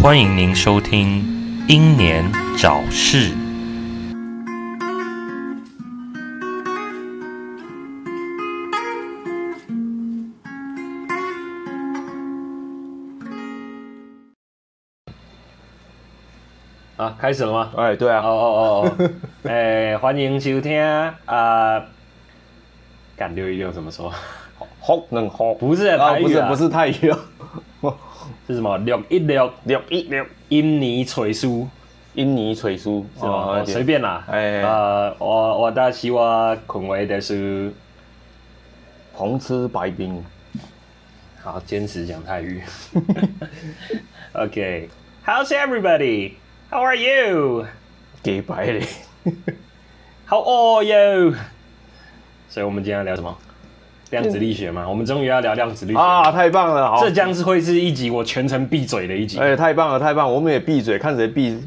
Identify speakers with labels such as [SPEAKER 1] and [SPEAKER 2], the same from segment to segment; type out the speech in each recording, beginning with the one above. [SPEAKER 1] 欢迎您收听《英年早逝》。
[SPEAKER 2] 啊，开始了吗？
[SPEAKER 3] 哎，对
[SPEAKER 2] 哦哦
[SPEAKER 3] 啊，
[SPEAKER 2] 哦 哦，哎，欢迎收听啊！干六一六怎么说？
[SPEAKER 3] 好能好，
[SPEAKER 2] 不是
[SPEAKER 3] 啊，
[SPEAKER 2] 台
[SPEAKER 3] 不
[SPEAKER 2] 语
[SPEAKER 3] 是
[SPEAKER 2] 啊，
[SPEAKER 3] 不是泰 语啊，
[SPEAKER 2] 是什么？六一六
[SPEAKER 3] 六一六，
[SPEAKER 2] 印尼锤书
[SPEAKER 3] 印尼锤书是
[SPEAKER 2] 是吧？
[SPEAKER 3] 吧？
[SPEAKER 2] 哦随便啦。
[SPEAKER 3] 哎
[SPEAKER 2] 呃，我我的希望困为的是，
[SPEAKER 3] 红吃白冰，
[SPEAKER 2] 好坚持讲泰 语。OK, how's everybody? How are you?
[SPEAKER 3] 给白嘞，
[SPEAKER 2] How are you？所以我们今天要聊什么？量子力学嘛，我们终于要聊量子力学了
[SPEAKER 3] 啊，太棒了，好，
[SPEAKER 2] 这将是会是一集我全程闭嘴的一集。
[SPEAKER 3] 哎，太棒了，太棒，我们也闭嘴，看谁闭，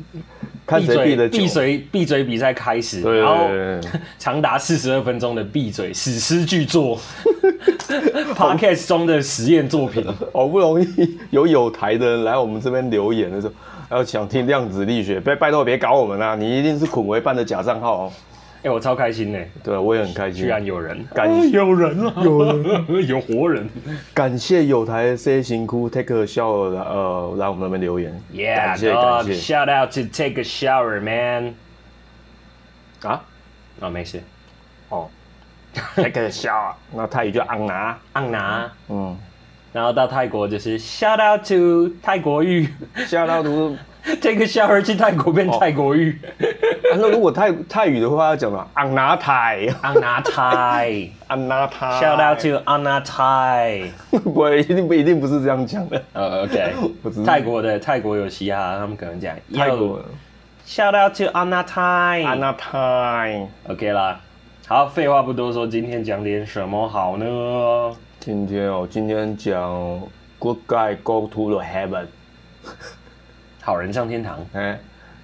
[SPEAKER 3] 看
[SPEAKER 2] 闭
[SPEAKER 3] 谁闭
[SPEAKER 2] 嘴，
[SPEAKER 3] 的久，
[SPEAKER 2] 闭嘴，闭嘴比赛开始，
[SPEAKER 3] 对，
[SPEAKER 2] 然后
[SPEAKER 3] 对对 对
[SPEAKER 2] 长达四十二分钟的闭嘴史诗巨 作，Podcast 中的实验作品。
[SPEAKER 3] 好哦不容易有有台的人来我们这边留言的时候，要想听量子力学，拜拜托别搞我们啊，你一定是捆为办的假账号哦，
[SPEAKER 2] 哎，我超开心呢，
[SPEAKER 3] 对，我也很开
[SPEAKER 2] 居
[SPEAKER 3] 心，
[SPEAKER 2] 然有人，
[SPEAKER 3] 感
[SPEAKER 2] 啊 有人啊，有
[SPEAKER 3] 嗯
[SPEAKER 2] 人， 有活人
[SPEAKER 3] 感谢有台 C 型哭 take a shower 来呃来我们那边留言，感谢感谢
[SPEAKER 2] ，Yeah，dog，shout out to take a shower man。
[SPEAKER 3] 啊。
[SPEAKER 2] 啊，没事，
[SPEAKER 3] 哦，那个笑啊，那泰语就昂拿，
[SPEAKER 2] 按拿。
[SPEAKER 3] 嗯，
[SPEAKER 2] 然后到泰国就是 shout out to 泰国浴
[SPEAKER 3] 笑到如，
[SPEAKER 2] ，take a shower 去泰国
[SPEAKER 3] 哦
[SPEAKER 2] 变泰国浴。
[SPEAKER 3] 啊那如果泰泰语的话要讲什么？昂 拿泰，
[SPEAKER 2] 安娜 泰
[SPEAKER 3] 昂拿泰
[SPEAKER 2] ，shout out to 安娜泰。
[SPEAKER 3] 不会，一定不一定不是这样讲的，
[SPEAKER 2] 呃，OK，
[SPEAKER 3] 我只是
[SPEAKER 2] 泰国的泰国有嘻哈，他们可能讲
[SPEAKER 3] 泰国嗯
[SPEAKER 2] shout out to 安娜泰。
[SPEAKER 3] 昂拿泰。
[SPEAKER 2] OK 啦，好，废话不多说，今天讲点什么好呢？
[SPEAKER 3] 今天哦，今天讲 Good guy go to the heaven，，
[SPEAKER 2] 好人上天堂
[SPEAKER 3] 哎、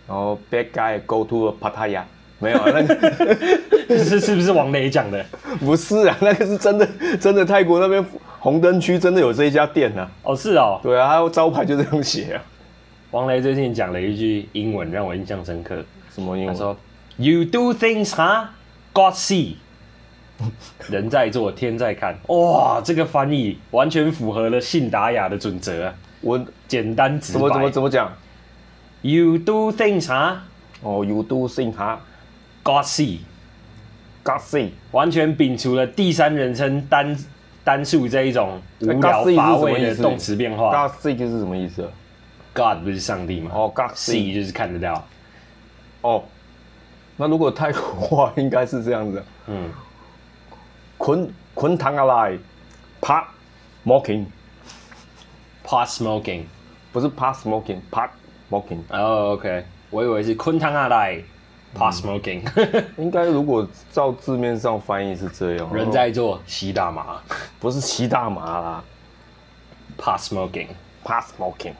[SPEAKER 3] 然后 Bad guy go to the Pattaya。没有、啊，那个
[SPEAKER 2] 是是不是王雷讲的？
[SPEAKER 3] 不是啊，那个是真的， 真的泰国那边红灯区真的有这一家店啊。
[SPEAKER 2] 哦，是哦，
[SPEAKER 3] 对啊，它招牌就这样写啊。
[SPEAKER 2] 王雷最近讲了一句英文让我印象深刻，
[SPEAKER 3] 什么英
[SPEAKER 2] 他
[SPEAKER 3] 文？
[SPEAKER 2] 说：“You do things, huh? God see。”人在做，天在看。哇，这个翻译完全符合了信达雅的准则啊，
[SPEAKER 3] 我
[SPEAKER 2] 简单直白。
[SPEAKER 3] 怎么怎么怎么讲？
[SPEAKER 2] You do things, huh?
[SPEAKER 3] 哦，You do sing 哈
[SPEAKER 2] God see，
[SPEAKER 3] ，God sing，
[SPEAKER 2] 完全摒除了第三人称单单数这一种无聊
[SPEAKER 3] God see 是
[SPEAKER 2] 乏
[SPEAKER 3] 什么
[SPEAKER 2] 味
[SPEAKER 3] 意
[SPEAKER 2] 的
[SPEAKER 3] 思
[SPEAKER 2] 动词变化。
[SPEAKER 3] ，God sing 是什么意思啊？
[SPEAKER 2] God 不是上帝吗？
[SPEAKER 3] 哦，God
[SPEAKER 2] see
[SPEAKER 3] sing，
[SPEAKER 2] 就是看得到。
[SPEAKER 3] 哦，那如果泰国话应该是这样子，
[SPEAKER 2] 嗯，
[SPEAKER 3] 捆捆糖啊来，啪，smoking，
[SPEAKER 2] pot smoking。
[SPEAKER 3] 不是啪 smoking，啪 smoking，
[SPEAKER 2] 哦、o k 我以为是昆汤阿赖 pot
[SPEAKER 3] 嗯
[SPEAKER 2] smoking，、
[SPEAKER 3] 应该如果照字面上翻译是这样，
[SPEAKER 2] 人在做吸大麻。
[SPEAKER 3] 不是吸大麻啦
[SPEAKER 2] pot smoking。
[SPEAKER 3] 啪 smoking，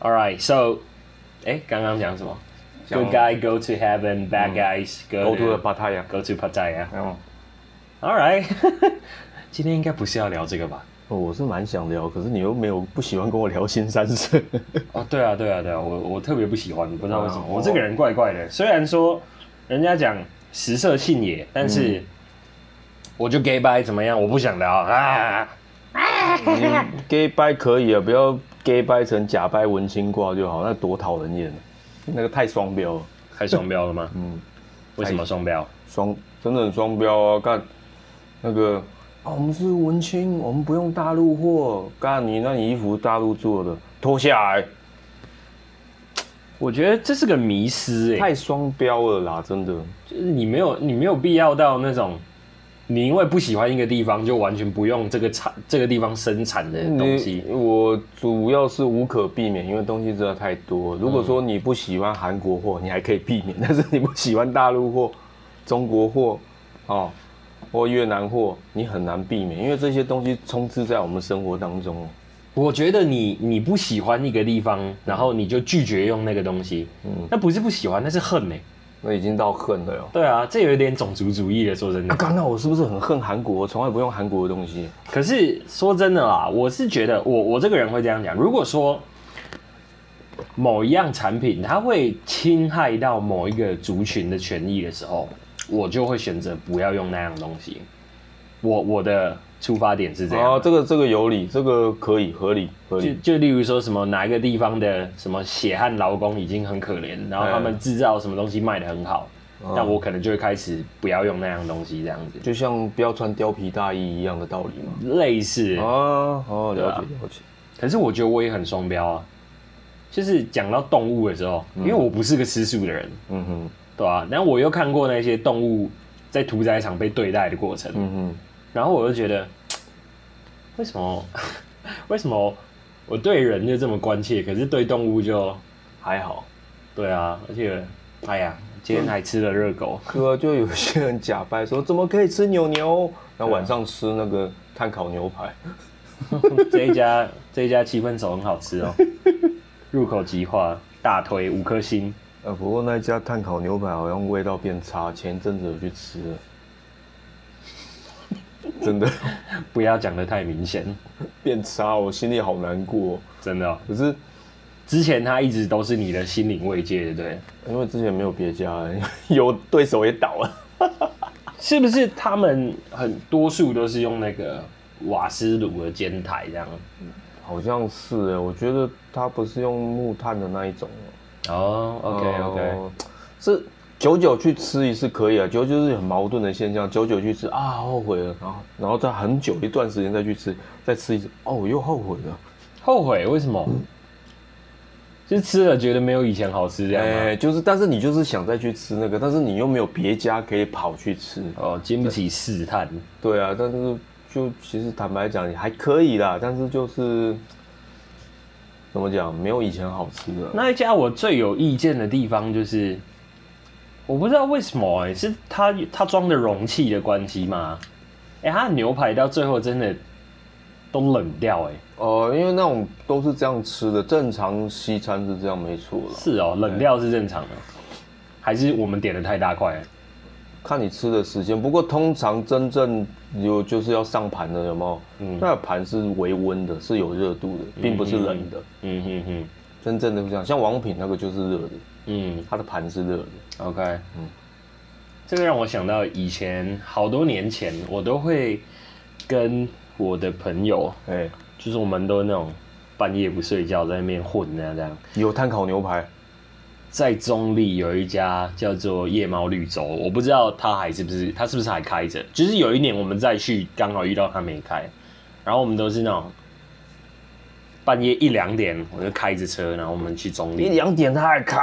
[SPEAKER 2] All right, so，哎，刚刚讲什么
[SPEAKER 3] 讲嗯
[SPEAKER 2] ？Good guy go to heaven, bad guys go
[SPEAKER 3] ，Go to the
[SPEAKER 2] to
[SPEAKER 3] Pattaya，
[SPEAKER 2] go to Pattaya.
[SPEAKER 3] 嗯，
[SPEAKER 2] All right，今 天应该不是要聊这个吧？
[SPEAKER 3] 哦我是蛮想聊，可是你又没有不喜欢跟我聊新三色，
[SPEAKER 2] 哦，对啊，对啊，对啊，我我特别不喜欢，不知道为什么，
[SPEAKER 3] 哦
[SPEAKER 2] 我这个人怪怪的。虽然说人家讲食色性也，但是、我就 gay bye 怎么样？我不想聊啊。
[SPEAKER 3] gay 掰可以啊，不要 gay 掰成假掰文青挂就好，那多讨人厌啊那个太双标了，
[SPEAKER 2] 开双标了吗？ 嗯，为什么双标？
[SPEAKER 3] 双真的很双标啊！干那个、啊我们是文青，我们不用大陆货。干你那你衣服大陆做的，脱下来，
[SPEAKER 2] 我觉得这是个迷失哎、
[SPEAKER 3] 太双标了啦，真的。
[SPEAKER 2] 就是你没有你没有必要到那种，你因为不喜欢一个地方就完全不用这个产这个地方生产的东西
[SPEAKER 3] 你。我主要是无可避免，因为东西真的太多。如果说你不喜欢韩国货，你还可以避免； 但是你不喜欢大陆货、中国货，哦，或越南货，你很难避免，因为这些东西充斥在我们生活当中。
[SPEAKER 2] 我觉得你你不喜欢一个地方，然后你就拒绝用那个东西，那不是不喜欢，那是恨欸呢、
[SPEAKER 3] 那已经到恨了哟。
[SPEAKER 2] 对啊，这有一点种族主义了，说真
[SPEAKER 3] 啊，
[SPEAKER 2] 的。
[SPEAKER 3] 刚那我是不是很恨韩国？我从来不用韩国的东西。
[SPEAKER 2] 可是说真的啦，我是觉得我我这个人会这样讲，如果说某一样产品它会侵害到某一个族群的权益的时候，我就会选择不要用那样东西。我我的出发点是这样。
[SPEAKER 3] 哦，这个这个有理，这个可以合理合
[SPEAKER 2] 就
[SPEAKER 3] 理。
[SPEAKER 2] 就例如说什么哪一个地方的什么血汗劳工已经很可怜，然后他们制造什么东西卖的很好，
[SPEAKER 3] 嗯
[SPEAKER 2] 那我可能就会开始不要用那样东西这样子，
[SPEAKER 3] 就像不要穿貂皮大衣一样的道理嘛。
[SPEAKER 2] 类似。
[SPEAKER 3] 哦哦，
[SPEAKER 2] 对
[SPEAKER 3] 了
[SPEAKER 2] 啊
[SPEAKER 3] 解了解。
[SPEAKER 2] 可是我觉得我也很双标啊，就是讲到动物的时候，因为我不是个吃素的人，
[SPEAKER 3] 嗯哼，
[SPEAKER 2] 对吧、然后我又看过那些动物在屠宰场被对待的过程，
[SPEAKER 3] 嗯
[SPEAKER 2] 然后我就觉得，为什么 为什么我对人就这么关切，可是对动物就
[SPEAKER 3] 哼，还好。
[SPEAKER 2] 对啊，而且，哎呀，今天还吃了热狗，
[SPEAKER 3] 对啊，就有些人假掰说怎么可以吃牛牛，那晚上吃那个碳烤牛排，
[SPEAKER 2] 这一家这一家七分熟很好吃哦，入口即化，大推五颗星。
[SPEAKER 3] 呃，不过那家碳烤牛排好像味道变差，前一阵子我去吃了，真的
[SPEAKER 2] 不要讲的太明显，
[SPEAKER 3] 变差，我心里好难过。
[SPEAKER 2] 真的哦、
[SPEAKER 3] 可是
[SPEAKER 2] 之前它一直都是你的心灵慰藉，对不对？
[SPEAKER 3] 因为之前没有别家 了，有对手也倒了，
[SPEAKER 2] 是不是他们很多数都是用那个瓦斯炉的煎台这样？
[SPEAKER 3] 好像是哎，我觉得它不是用木炭的那一种哦
[SPEAKER 2] 哦，OK OK，
[SPEAKER 3] 哦是久久去吃一次可以啊，久久是很矛盾的现象，久久去吃啊后悔了，然后然后再很久一段时间再去吃，再吃一次哦我又后悔了，
[SPEAKER 2] 后悔为什么？就是吃了觉得没有以前好吃这样吗？
[SPEAKER 3] 哎、就是但是你就是想再去吃那个，但是你又没有别家可以跑去吃，
[SPEAKER 2] 哦，经不起试探。
[SPEAKER 3] 对啊，但是就其实坦白讲也还可以啦，但是就是怎么讲，没有以前好吃了。
[SPEAKER 2] 那一家我最有意见的地方就是，我不知道为什么哎、是它它装的容器的关系吗？哎、它的牛排到最后真的都冷掉哎、
[SPEAKER 3] 哦、因为那种都是这样吃的，正常西餐是这样没错了。
[SPEAKER 2] 是哦，冷掉是正常的，还是我们点的太大块了？
[SPEAKER 3] 看你吃的时间，不过通常真正有就是要上盘的，有没有？
[SPEAKER 2] 嗯
[SPEAKER 3] 那盘是微温的，是有热度的，并不是冷的。
[SPEAKER 2] 嗯哼哼，
[SPEAKER 3] 真正的是这样，像王品那个就是热的，
[SPEAKER 2] 嗯
[SPEAKER 3] 它的盘是热的。
[SPEAKER 2] ，OK，嗯，这个让我想到以前好多年前，我都会跟我的朋友，
[SPEAKER 3] 哎、
[SPEAKER 2] 就是我们都那种半夜不睡觉在那边混啊这样。
[SPEAKER 3] 有碳烤牛排，
[SPEAKER 2] 在中立有一家叫做夜猫绿洲，我不知道它还是不是，它是不是还开着？就是有一年我们再去，刚好遇到它没开，然后我们都是那种半夜一两点，我就开着车，然后我们去中
[SPEAKER 3] 一
[SPEAKER 2] 立，
[SPEAKER 3] 两点它还开。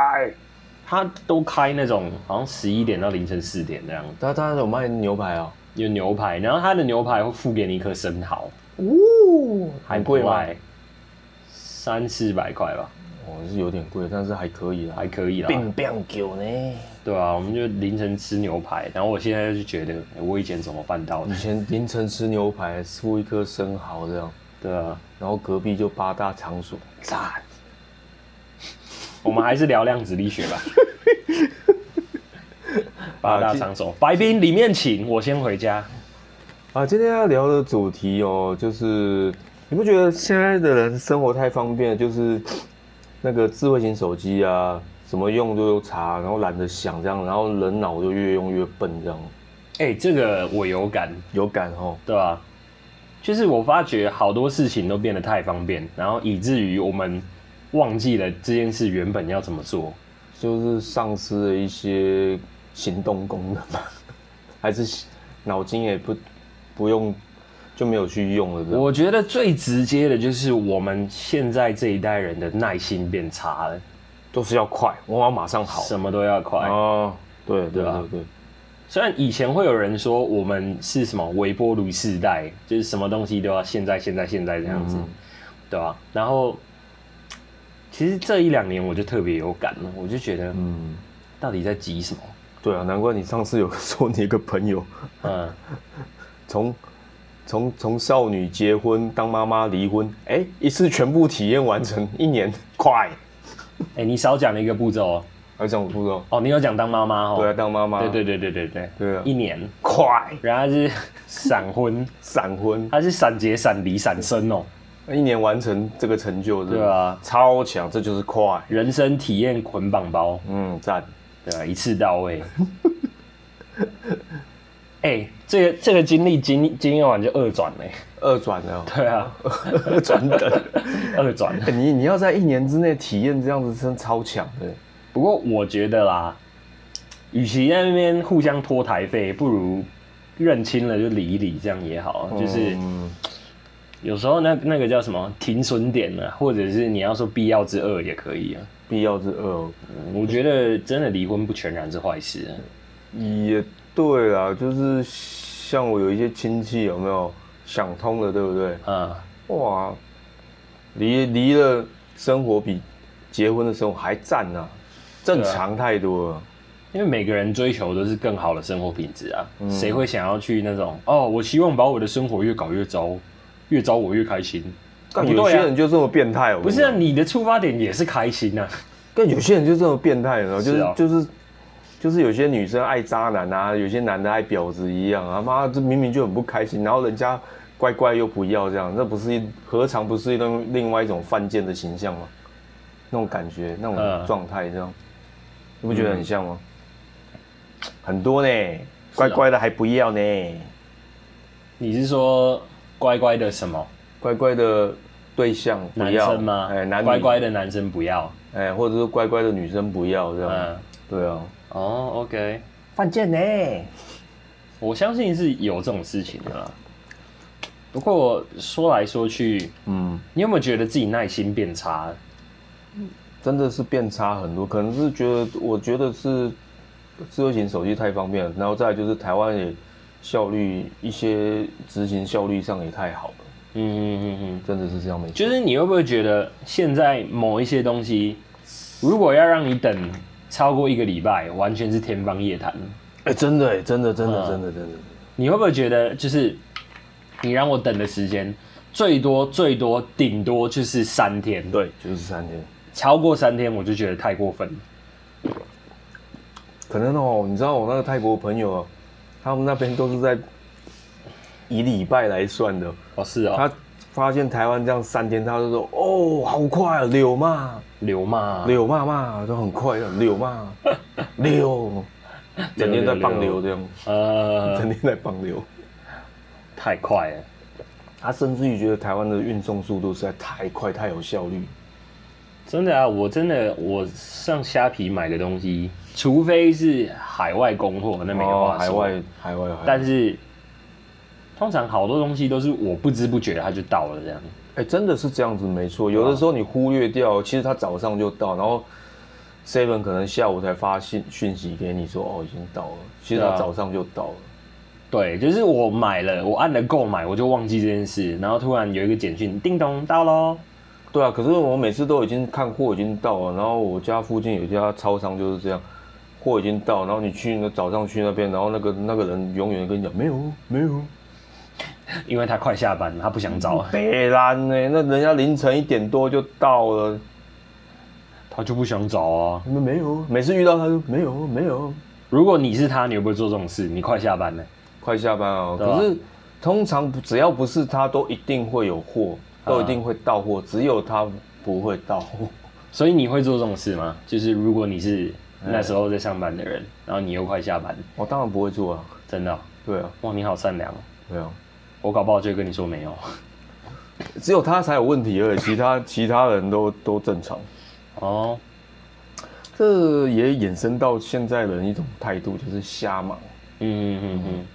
[SPEAKER 2] 它都开那种好像十一点到凌晨四点这样，
[SPEAKER 3] 它它有卖牛排啊、
[SPEAKER 2] 有牛排，然后它的牛排会付给你一颗生蚝，
[SPEAKER 3] 哦，
[SPEAKER 2] 还
[SPEAKER 3] 很贵吗？？
[SPEAKER 2] 三四百块吧，
[SPEAKER 3] 哦，是有点贵，但是还可以啦。
[SPEAKER 2] 还可以啦。
[SPEAKER 3] 并不久呢。
[SPEAKER 2] 对啊，我们就凌晨吃牛排，然后我现在就觉得，哎我以前怎么办到的
[SPEAKER 3] 以？前凌晨吃牛排，出一颗生蚝这样，
[SPEAKER 2] 对啊。
[SPEAKER 3] 然后隔壁就八大场所，赞。
[SPEAKER 2] 我们还是聊量子力学 吧。八大场所，白冰里面请，我先回家。
[SPEAKER 3] 啊，今天要聊的主题哦，就是你不觉得现在的人生活太方便了，就是那个智慧型手机啊，什么用都查，然后懒得想这样，然后人脑就越用越笨这样，
[SPEAKER 2] 哎、这个我有感，
[SPEAKER 3] 有感哦。
[SPEAKER 2] 对吧、就是我发觉好多事情都变得太方便，然后以至于我们忘记了这件事原本要怎么做。
[SPEAKER 3] 就是丧失了一些行动功能吧， 还是脑筋也不不用就没有去用了这样。
[SPEAKER 2] 我觉得最直接的就是我们现在这一代人的耐心变差了，
[SPEAKER 3] 都是要快，我要马上好。
[SPEAKER 2] 什么都要快。
[SPEAKER 3] 哦，对对
[SPEAKER 2] 对啊
[SPEAKER 3] 对对，
[SPEAKER 2] 虽然以前会有人说我们是什么微波炉世代，就是什么东西都要现在、现在、现在这样子，
[SPEAKER 3] 嗯
[SPEAKER 2] 对吧、然后，其实这一两年我就特别有感了，我就觉得
[SPEAKER 3] 嗯，
[SPEAKER 2] 到底在急 什么？
[SPEAKER 3] 对啊，难怪你上次有 说你一个朋友
[SPEAKER 2] 嗯，
[SPEAKER 3] 从从从少女结婚当妈妈离婚，哎，一次全部体验完成，一年快，
[SPEAKER 2] 哎、你少讲了一个步骤哦，
[SPEAKER 3] 还讲不知道。
[SPEAKER 2] 哦，你有讲当妈妈哦，
[SPEAKER 3] 对啊，当妈妈，
[SPEAKER 2] 对对对对对
[SPEAKER 3] 对啊
[SPEAKER 2] 一年，
[SPEAKER 3] 快
[SPEAKER 2] 然后是闪婚，
[SPEAKER 3] 闪婚，
[SPEAKER 2] 他是闪结、闪离、闪生哦，
[SPEAKER 3] 一年完成这个成就，
[SPEAKER 2] 对啊，
[SPEAKER 3] 超强，这就是快，
[SPEAKER 2] 人生体验捆绑包，
[SPEAKER 3] 嗯，赞，
[SPEAKER 2] 对啊吧、一次到位。 哎、这个这个经历经经验完就二转嘞、
[SPEAKER 3] 二转了，
[SPEAKER 2] 对啊，
[SPEAKER 3] 二转等，
[SPEAKER 2] 二转。
[SPEAKER 3] 欸你你要在一年之内体验这样子，真的超强的，
[SPEAKER 2] 不过我觉得啦，与其在那边互相拖台费，不如认清了就理一理，这样也好啊。就是
[SPEAKER 3] 嗯
[SPEAKER 2] 有时候那那个叫什么停损点呢、啊，或者是你要说必要之恶也可以啊。嗯
[SPEAKER 3] 必要之二，
[SPEAKER 2] 我觉得真的离婚不全然是坏事啊、
[SPEAKER 3] 也对啦，就是像我有一些亲戚有没有想通了，对不对？
[SPEAKER 2] 嗯，
[SPEAKER 3] 哇，离离了生活比结婚的生活还赞呐、正
[SPEAKER 2] 啊
[SPEAKER 3] 常啊太多了。
[SPEAKER 2] 因为每个人追求都是更好的生活品质啊，
[SPEAKER 3] 嗯
[SPEAKER 2] 谁会想要去那种哦？我希望把我的生活越搞越糟，越糟我越开心。
[SPEAKER 3] 但
[SPEAKER 2] 不
[SPEAKER 3] 有
[SPEAKER 2] 对
[SPEAKER 3] 些
[SPEAKER 2] 啊
[SPEAKER 3] 人就这么变态，我
[SPEAKER 2] 不
[SPEAKER 3] 跟
[SPEAKER 2] 是啊，
[SPEAKER 3] 讲
[SPEAKER 2] 你的出发点也是开心啊。
[SPEAKER 3] 但有些人就这么变态，然后就是是
[SPEAKER 2] 啊
[SPEAKER 3] 就是就是有些女生爱渣男啊，有些男的爱婊子一样啊，妈这明明就很不开心，然后人家乖乖又不要这样，那不是一何尝不是一种另外一种犯贱的形象吗？那种感觉，那
[SPEAKER 2] 嗯
[SPEAKER 3] 种状态，这样，你不觉得很像吗？很多呢，
[SPEAKER 2] 啊
[SPEAKER 3] 乖乖的还不要呢，
[SPEAKER 2] 你是说乖乖的什么
[SPEAKER 3] 乖乖的对象不
[SPEAKER 2] 男
[SPEAKER 3] 要，
[SPEAKER 2] 生吗？
[SPEAKER 3] 哎，男女
[SPEAKER 2] 乖乖，的男生不要。
[SPEAKER 3] 哎，或者是乖乖的女生不要这样，
[SPEAKER 2] 嗯，
[SPEAKER 3] 对啊，
[SPEAKER 2] 哦，OK，
[SPEAKER 3] 犯贱呢。
[SPEAKER 2] 我相信是有这种事情的啦。不过说来说去，
[SPEAKER 3] 嗯，
[SPEAKER 2] 你有没有觉得自己耐心变差？
[SPEAKER 3] 真的是变差很多，可能是觉得，我觉得是智慧型手机太方便了，然后再来就是台湾也效率一些执行效率上也太好了，
[SPEAKER 2] 嗯嗯嗯嗯。
[SPEAKER 3] 真的是这样没错。
[SPEAKER 2] 就是你会不会觉得现在某一些东西，如果要让你等超过一个礼拜，完全是天方夜谭？
[SPEAKER 3] 哎、真的、哎，真的，真
[SPEAKER 2] 嗯
[SPEAKER 3] 的，真的，真的，
[SPEAKER 2] 你会不会觉得就是你让我等的时间最多最多顶多就是三天，
[SPEAKER 3] 对，就是三天。
[SPEAKER 2] 超过三天我就觉得太过分了。
[SPEAKER 3] 可能哦，你知道我那个泰国朋友啊，他们那边都是在以礼拜来算的，
[SPEAKER 2] 哦，是哦，
[SPEAKER 3] 他发现台湾这样三天，他就说哦，好快啊，柳嘛，
[SPEAKER 2] 流啊嘛，
[SPEAKER 3] 柳嘛嘛，都很快啊，柳 嘛，柳，整天在放
[SPEAKER 2] 柳
[SPEAKER 3] 柳这样。
[SPEAKER 2] 呃，
[SPEAKER 3] 整天在放流。
[SPEAKER 2] 太快了。
[SPEAKER 3] 他啊甚至于觉得台湾的运送速度实在太快、太有效率。
[SPEAKER 2] 真的啊，我真的我上虾皮买的东西，除非是海外供货，那没话说。
[SPEAKER 3] 哦海外、海外、海外。
[SPEAKER 2] 但
[SPEAKER 3] 啊是，
[SPEAKER 2] 是通常好多东西都是我不知不觉它就到了这样。
[SPEAKER 3] 哎、真的是这样子，没错。有的时候你忽略掉，其实他早上就到，然后 Seven 可能下午才发信讯息给你说，哦，已经到了。其实
[SPEAKER 2] 对
[SPEAKER 3] 他
[SPEAKER 2] 啊
[SPEAKER 3] 早上就到了。
[SPEAKER 2] 对，就是我买了，我按了购买，我就忘记这件事，然后突然有一个简讯，叮咚到喽。
[SPEAKER 3] 对啊，可是我每次都已经看货已经到了，然后我家附近有一家超商就是这样，货已经到，然后你去那早上去那边，然后那个那个人永远跟你讲没有没有，
[SPEAKER 2] 因为他快下班了，他不想找，
[SPEAKER 3] 北兰呢、那人家凌晨一点多就到了，
[SPEAKER 2] 他就不想找啊。
[SPEAKER 3] 你们没有？每次遇到他就没有没有，
[SPEAKER 2] 如果你是他，你会不会做这种事？你快下班了
[SPEAKER 3] 快下班啊！
[SPEAKER 2] 对啊
[SPEAKER 3] 可是通常不只要不是他，都一定会有货，都一定会到货，只有他不会到 货。
[SPEAKER 2] 所以你会做这种事吗？就是如果你是那时候在上班的人，然后你又快下班，
[SPEAKER 3] 我当然不会做啊，
[SPEAKER 2] 真的哦、
[SPEAKER 3] 对啊，
[SPEAKER 2] 哇，你好善良哦，
[SPEAKER 3] 对啊，
[SPEAKER 2] 我搞不好就会跟你说没有。
[SPEAKER 3] 只有他才有问题而已，其他其他人都都正常。
[SPEAKER 2] 哦，
[SPEAKER 3] 这也衍生到现在人一种态度，就是瞎忙，
[SPEAKER 2] 嗯嗯嗯嗯，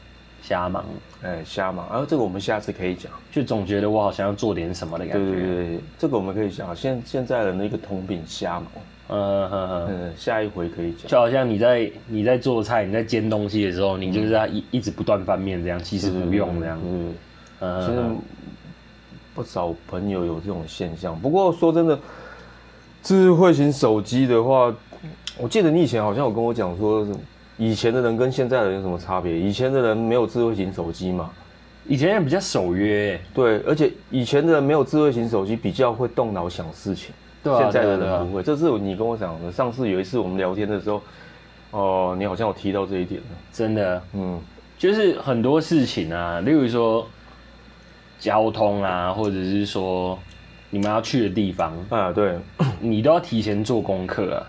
[SPEAKER 2] 瞎忙，
[SPEAKER 3] 哎，瞎忙。啊，这个我们下次可以讲。
[SPEAKER 2] 就总觉得我好像要做点什么的感
[SPEAKER 3] 对
[SPEAKER 2] 觉。
[SPEAKER 3] 对对对，这个我们可以讲。现现在人的一个通病，瞎忙。
[SPEAKER 2] 嗯哼哼，
[SPEAKER 3] 嗯，下一回可以讲。
[SPEAKER 2] 就好像你在你在做菜，你在煎东西的时候，你就是在一一直不断翻面这样，其实不用这样。
[SPEAKER 3] 嗯，其实
[SPEAKER 2] 嗯，
[SPEAKER 3] 不少朋友有这种现象。不过说真的，智慧型手机的话，我记得你以前好像有跟我讲说，以前的人跟现在的人有什么差别？以前的人没有智慧型手机嘛？
[SPEAKER 2] 以前人比较守约，
[SPEAKER 3] 对，而且以前的人没有智慧型手机，比较会动脑想事情。
[SPEAKER 2] 对啊
[SPEAKER 3] 现在的
[SPEAKER 2] 对啊对啊
[SPEAKER 3] 人不会。这是你跟我讲的。上次有一次我们聊天的时候，哦、你好像有提到这一点了
[SPEAKER 2] 真的
[SPEAKER 3] 嗯，
[SPEAKER 2] 就是很多事情啊，例如说，交通啊，或者是说你们要去的地方，
[SPEAKER 3] 啊，对，
[SPEAKER 2] 你都要提前做功课啊。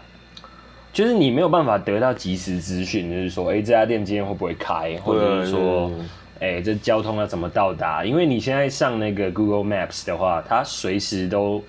[SPEAKER 2] 就是你没有办法得到及时资讯，就是说，哎、这家店今天会不会开，或者是说
[SPEAKER 3] 啊对对对，啊
[SPEAKER 2] 哎、这交通要怎么到达？因为你现在上那个 Google Maps 的话，它随时都，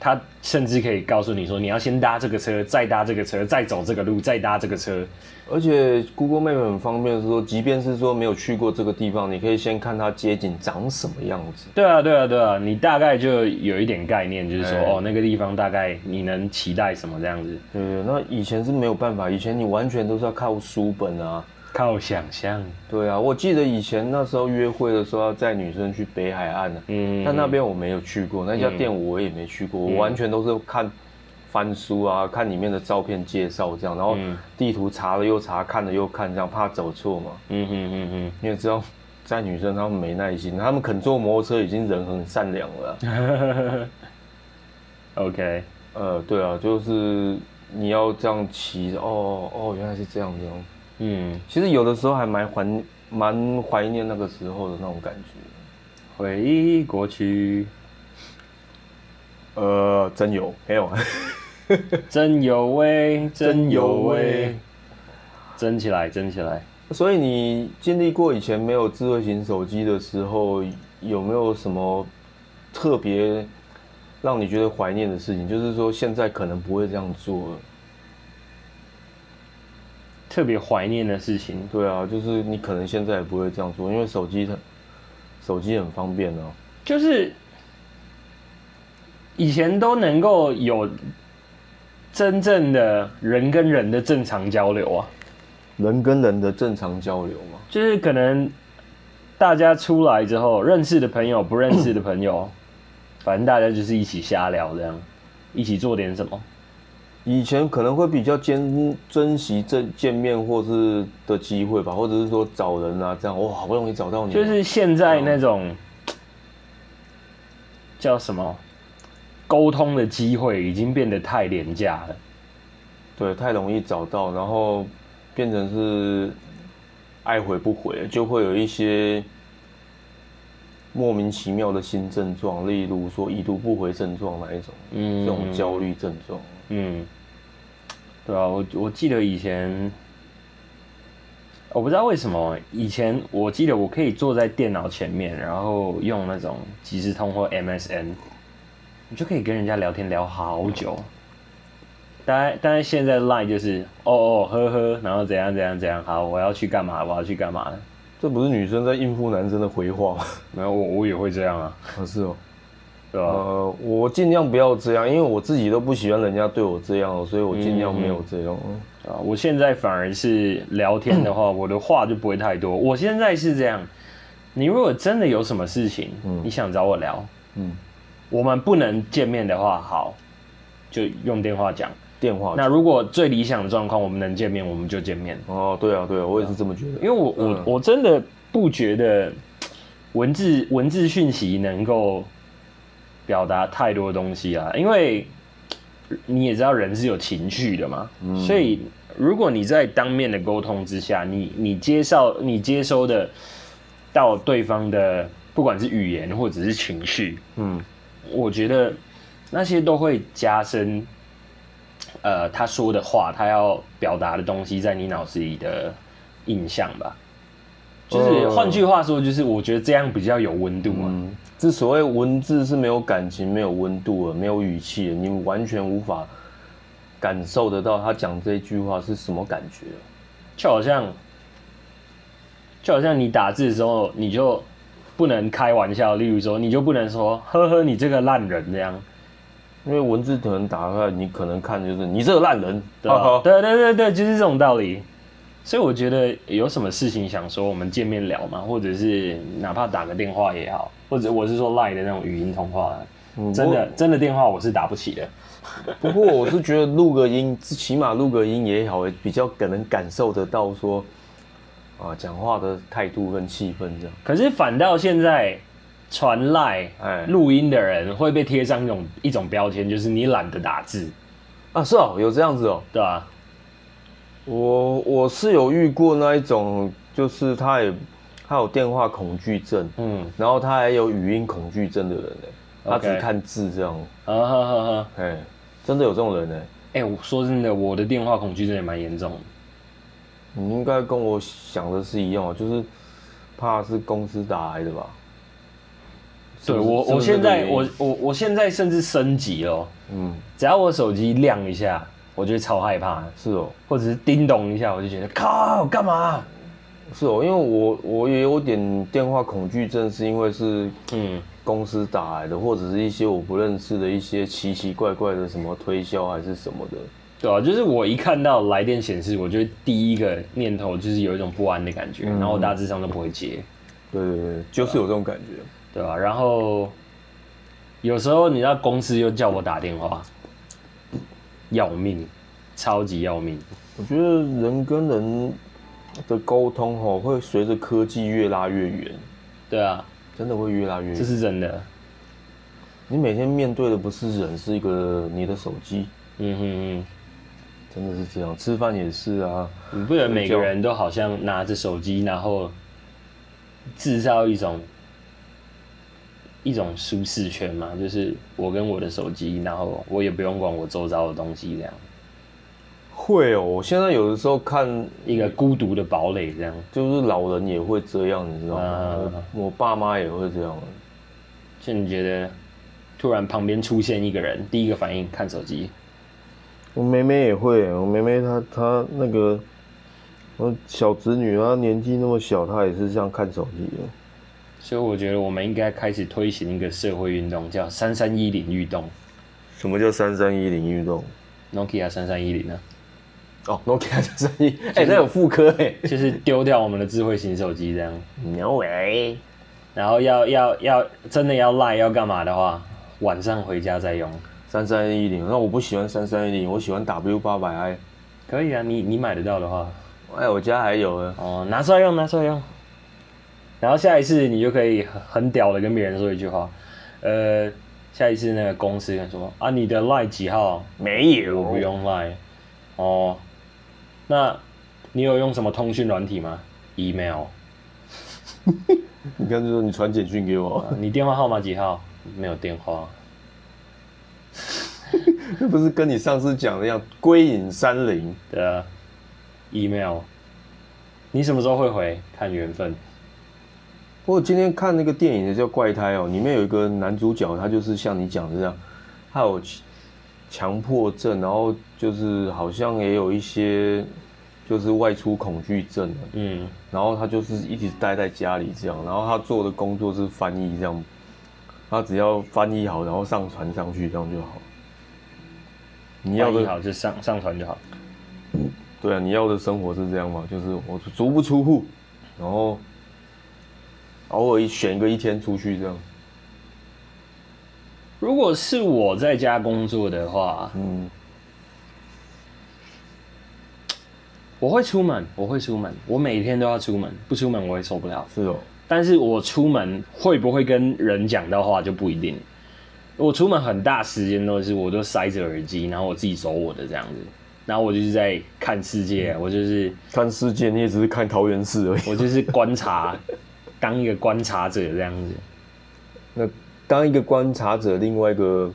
[SPEAKER 2] 它甚至可以告诉你说，你要先搭这个车，再搭这个车，再走这个路，再搭这个车。
[SPEAKER 3] 而且 Google Map 很方便，是说，即便是说没有去过这个地方，你可以先看它街景长什么样子。
[SPEAKER 2] 对啊，对啊，对啊，你大概就有一点概念，就是说，
[SPEAKER 3] 哎
[SPEAKER 2] 哦，那个地方大概你能期待什么这样子，
[SPEAKER 3] 对对，那以前是没有办法，以前你完全都是要靠书本啊。
[SPEAKER 2] 靠想象。
[SPEAKER 3] 对啊，我记得以前那时候约会的时候要载女生去北海岸啊，
[SPEAKER 2] 嗯
[SPEAKER 3] 但那边我没有去过，那家店我也没去过，我完全都是看翻书啊，看里面的照片介绍这样，然后
[SPEAKER 2] 嗯
[SPEAKER 3] 地图查了又查，看了又看，这样怕走错嘛。
[SPEAKER 2] 嗯哼嗯哼，
[SPEAKER 3] 你也知道，在女生她们没耐心，她们肯坐摩托车已经人很善良了啊、
[SPEAKER 2] OK，
[SPEAKER 3] 呃，对啊，就是你要这样骑，哦哦，原来是这样子哦。
[SPEAKER 2] 嗯，
[SPEAKER 3] 其实有的时候还蛮怀蛮怀念那个时候的那种感觉。
[SPEAKER 2] 回忆过去，
[SPEAKER 3] 呃，真有没有？
[SPEAKER 2] 真有味，真有
[SPEAKER 3] 真有
[SPEAKER 2] 味
[SPEAKER 3] 味，
[SPEAKER 2] 真起来，真起来。
[SPEAKER 3] 所以你经历过以前没有智慧型手机的时候，有没有什么特别让你觉得怀念的事情？就是说现在可能不会这样做了。
[SPEAKER 2] 特别怀念的事情，
[SPEAKER 3] 对啊，就是你可能现在也不会这样做，因为手机它手机很方便啊。
[SPEAKER 2] 就是以前都能够有真正的人跟人的正常交流啊，
[SPEAKER 3] 人跟人的正常交流嘛，
[SPEAKER 2] 就是可能大家出来之后，认识的朋友、不认识的朋友，反正大家就是一起瞎聊，这样一起做点什么。
[SPEAKER 3] 以前可能会比较珍珍惜这见面或是的机会吧，或者是说找人啊，这样哇，好不容易找到你啊，
[SPEAKER 2] 就是现在那种叫什么沟通的机会，已经变得太廉价了。
[SPEAKER 3] 对，太容易找到，然后变成是爱回不回，就会有一些莫名其妙的新症状，例如说已读不回症状那一种，
[SPEAKER 2] 嗯
[SPEAKER 3] 这种焦虑症状。
[SPEAKER 2] 嗯，对啊，我我记得以前，我不知道为什么以前我记得我可以坐在电脑前面，然后用那种即时通或 MSN，你就可以跟人家聊天聊好久。当然，当然现在 Line 就是哦哦呵呵，然后怎样怎样怎样，好，我要去干嘛，我要去干嘛。
[SPEAKER 3] 这不是女生在应付男生的回话吗？
[SPEAKER 2] 没有，我我也会这样啊，
[SPEAKER 3] 啊，是 哦。
[SPEAKER 2] 对吧、
[SPEAKER 3] 呃，我尽量不要这样，因为我自己都不喜欢人家对我这样，所以我尽量没有这样。
[SPEAKER 2] 啊，我现在反而是聊天的 话，我的话就不会太多。我现在是这样，你如果真的有什么事情，
[SPEAKER 3] 嗯
[SPEAKER 2] 你想找我聊，
[SPEAKER 3] 嗯，
[SPEAKER 2] 我们不能见面的话，好，就用电话讲。
[SPEAKER 3] 电话。
[SPEAKER 2] 那如果最理想的状况，我们能见面，我们就见面。
[SPEAKER 3] 哦，对啊，对啊，我也是这么觉得。
[SPEAKER 2] 因为我我、
[SPEAKER 3] 嗯
[SPEAKER 2] 我真的不觉得文字文字讯息能够表达太多东西啦，因为你也知道人是有情绪的嘛，
[SPEAKER 3] 嗯
[SPEAKER 2] 所以如果你在当面的沟通之下，你你接受你接收的到对方的不管是语言或者是情绪，
[SPEAKER 3] 嗯，
[SPEAKER 2] 我觉得那些都会加深，呃，他说的话，他要表达的东西在你脑子里的印象吧。就是
[SPEAKER 3] 哦
[SPEAKER 2] 换句话说，就是我觉得这样比较有温度啊。
[SPEAKER 3] 嗯，之所谓文字是没有感情、没有温度的、没有语气的，你完全无法感受得到他讲这句话是什么感觉。
[SPEAKER 2] 就好像，就好像你打字的时候，你就不能开玩笑，例如说，你就不能说“呵呵，你这个烂人”这样，
[SPEAKER 3] 因为文字可能打开来，你可能看就是你这个烂人，
[SPEAKER 2] 对 吧？
[SPEAKER 3] 哈哈
[SPEAKER 2] 对对对对，就是这种道理。所以我觉得有什么事情想说，我们见面聊嘛，或者是哪怕打个电话也好，或者我是说 Line 的那种语音通话，
[SPEAKER 3] 嗯
[SPEAKER 2] 真的真的电话我是打不起的。
[SPEAKER 3] 不过我是觉得录个音，起码录个音也好，比较可能感受得到说，啊，讲话的态度跟气氛这样。
[SPEAKER 2] 可是反倒现在传赖
[SPEAKER 3] 哎
[SPEAKER 2] 录音的人会被贴上一种一种标签，就是你懒得打字，
[SPEAKER 3] 啊，是哦，有这样子哦。
[SPEAKER 2] 对吧、
[SPEAKER 3] 我我是有遇过那一种，就是他也他有电话恐惧症，
[SPEAKER 2] 嗯，
[SPEAKER 3] 然后他还有语音恐惧症的人呢、他只
[SPEAKER 2] OK
[SPEAKER 3] 看字这样，
[SPEAKER 2] 啊哈哈哈。
[SPEAKER 3] 哎、真的有这种人呢、欸
[SPEAKER 2] 哎、我说真的，我的电话恐惧症也蛮严重的。
[SPEAKER 3] 你应该跟我想的是一样哦，就是怕是公司打来的吧？是
[SPEAKER 2] 对
[SPEAKER 3] 不是
[SPEAKER 2] 我，
[SPEAKER 3] 是不
[SPEAKER 2] 我
[SPEAKER 3] 是
[SPEAKER 2] 现
[SPEAKER 3] 这个
[SPEAKER 2] 在
[SPEAKER 3] 原因
[SPEAKER 2] 我我我现在甚至升级了哦，
[SPEAKER 3] 嗯，
[SPEAKER 2] 只要我手机亮一下，我就会超害怕，
[SPEAKER 3] 是哦，
[SPEAKER 2] 或者是叮咚一下，我就觉得靠，干嘛？
[SPEAKER 3] 是哦，因为我我也有点电话恐惧症，是因为是
[SPEAKER 2] 嗯，
[SPEAKER 3] 公司打来的，或者是一些我不认识的一些奇奇怪怪的什么推销还是什么的。
[SPEAKER 2] 对啊，就是我一看到来电显示，我就会第一个念头就是有一种不安的感觉，
[SPEAKER 3] 嗯
[SPEAKER 2] 然后我大致上都不会接，
[SPEAKER 3] 对对对，就是有这种感觉。
[SPEAKER 2] 对吧、然后有时候你知道公司又叫我打电话，要命，超级要命。
[SPEAKER 3] 我觉得人跟人的沟通吼、会随着科技越拉越远，
[SPEAKER 2] 对啊，
[SPEAKER 3] 真的会越拉越远。
[SPEAKER 2] 这是真的。
[SPEAKER 3] 你每天面对的不是人，是一个你的手机，
[SPEAKER 2] 嗯哼哼。
[SPEAKER 3] 真的是这样。吃饭也是啊，
[SPEAKER 2] 你不能每个人都好像拿着手机，然后制造一种一种舒适圈嘛，就是我跟我的手机，然后我也不用管我周遭的东西，这样
[SPEAKER 3] 会哦。我现在有的时候看，
[SPEAKER 2] 一个孤独的堡垒，这样
[SPEAKER 3] 就是老人也会这样，你知道吗？
[SPEAKER 2] 啊
[SPEAKER 3] 我爸妈也会这样。
[SPEAKER 2] 就你觉得突然旁边出现一个人，第一个反应看手机，
[SPEAKER 3] 我妹妹也会，我妹妹她她那个，我小侄女她年纪那么小，她也是这样看手机的。
[SPEAKER 2] 所以我觉得我们应该开始推行一个社会运动，叫“三三一零运动
[SPEAKER 3] 什么叫三三一零运动？
[SPEAKER 2] ”，Nokia 三三一零呢，
[SPEAKER 3] 哦，Nokia 三三一，哎，那有副科哎、
[SPEAKER 2] 就是丢掉我们的智慧型手机这样。
[SPEAKER 3] No way！
[SPEAKER 2] 然后要要要真的要赖要干嘛的话，晚上回家再用。
[SPEAKER 3] 三三一零，那我不喜欢三三一零，我喜欢 W 八百 I。
[SPEAKER 2] 可以啊，你你买得到的话，
[SPEAKER 3] 哎，我家还有呢。
[SPEAKER 2] 哦，拿出来用，拿出来用。然后下一次你就可以很很屌的跟别人说一句话，呃，下一次那个公司跟你说啊，你的赖几号？
[SPEAKER 3] 没有，
[SPEAKER 2] 我不。用赖。哦，那你有用什么通讯软体吗？email。
[SPEAKER 3] 你刚才说你传简讯给我，
[SPEAKER 2] 啊
[SPEAKER 3] 啊
[SPEAKER 2] 你电话号码几号？没有电话。
[SPEAKER 3] 那不是跟你上次讲的一样，归隐山林。
[SPEAKER 2] 的 email，你什么时候会回？看缘分。
[SPEAKER 3] 我今天看那个电影的叫《怪胎》哦，里面有一个男主角，他就是像你讲的这样，他有强强迫症，然后就是好像也有一些就是外出恐惧症啊，
[SPEAKER 2] 嗯，
[SPEAKER 3] 然后他就是一直待在家里这样，然后他做的工作是翻译这样，他只要翻译好，然后上传上去这样就好。你
[SPEAKER 2] 你
[SPEAKER 3] 要
[SPEAKER 2] 一
[SPEAKER 3] 的
[SPEAKER 2] 好就上上传就好。
[SPEAKER 3] 对啊，你要的生活是这样嘛？就是我足不出户，然后偶尔一选一个一天出去这样。
[SPEAKER 2] 如果是我在家工作的话，
[SPEAKER 3] 嗯，
[SPEAKER 2] 我会出门，我会出门，我每天都要出门，不出门我也受不了。
[SPEAKER 3] 是哦，
[SPEAKER 2] 但是我出门会不会跟人讲到话就不一定。我出门很大时间都是我都塞着耳机，然后我自己走我的这样子，然后我就是在看世界，我就是
[SPEAKER 3] 看世界你也只是看桃园市而已。
[SPEAKER 2] 我就是观 察，当一个观察者这样子。
[SPEAKER 3] 那当一个观察者，另外一个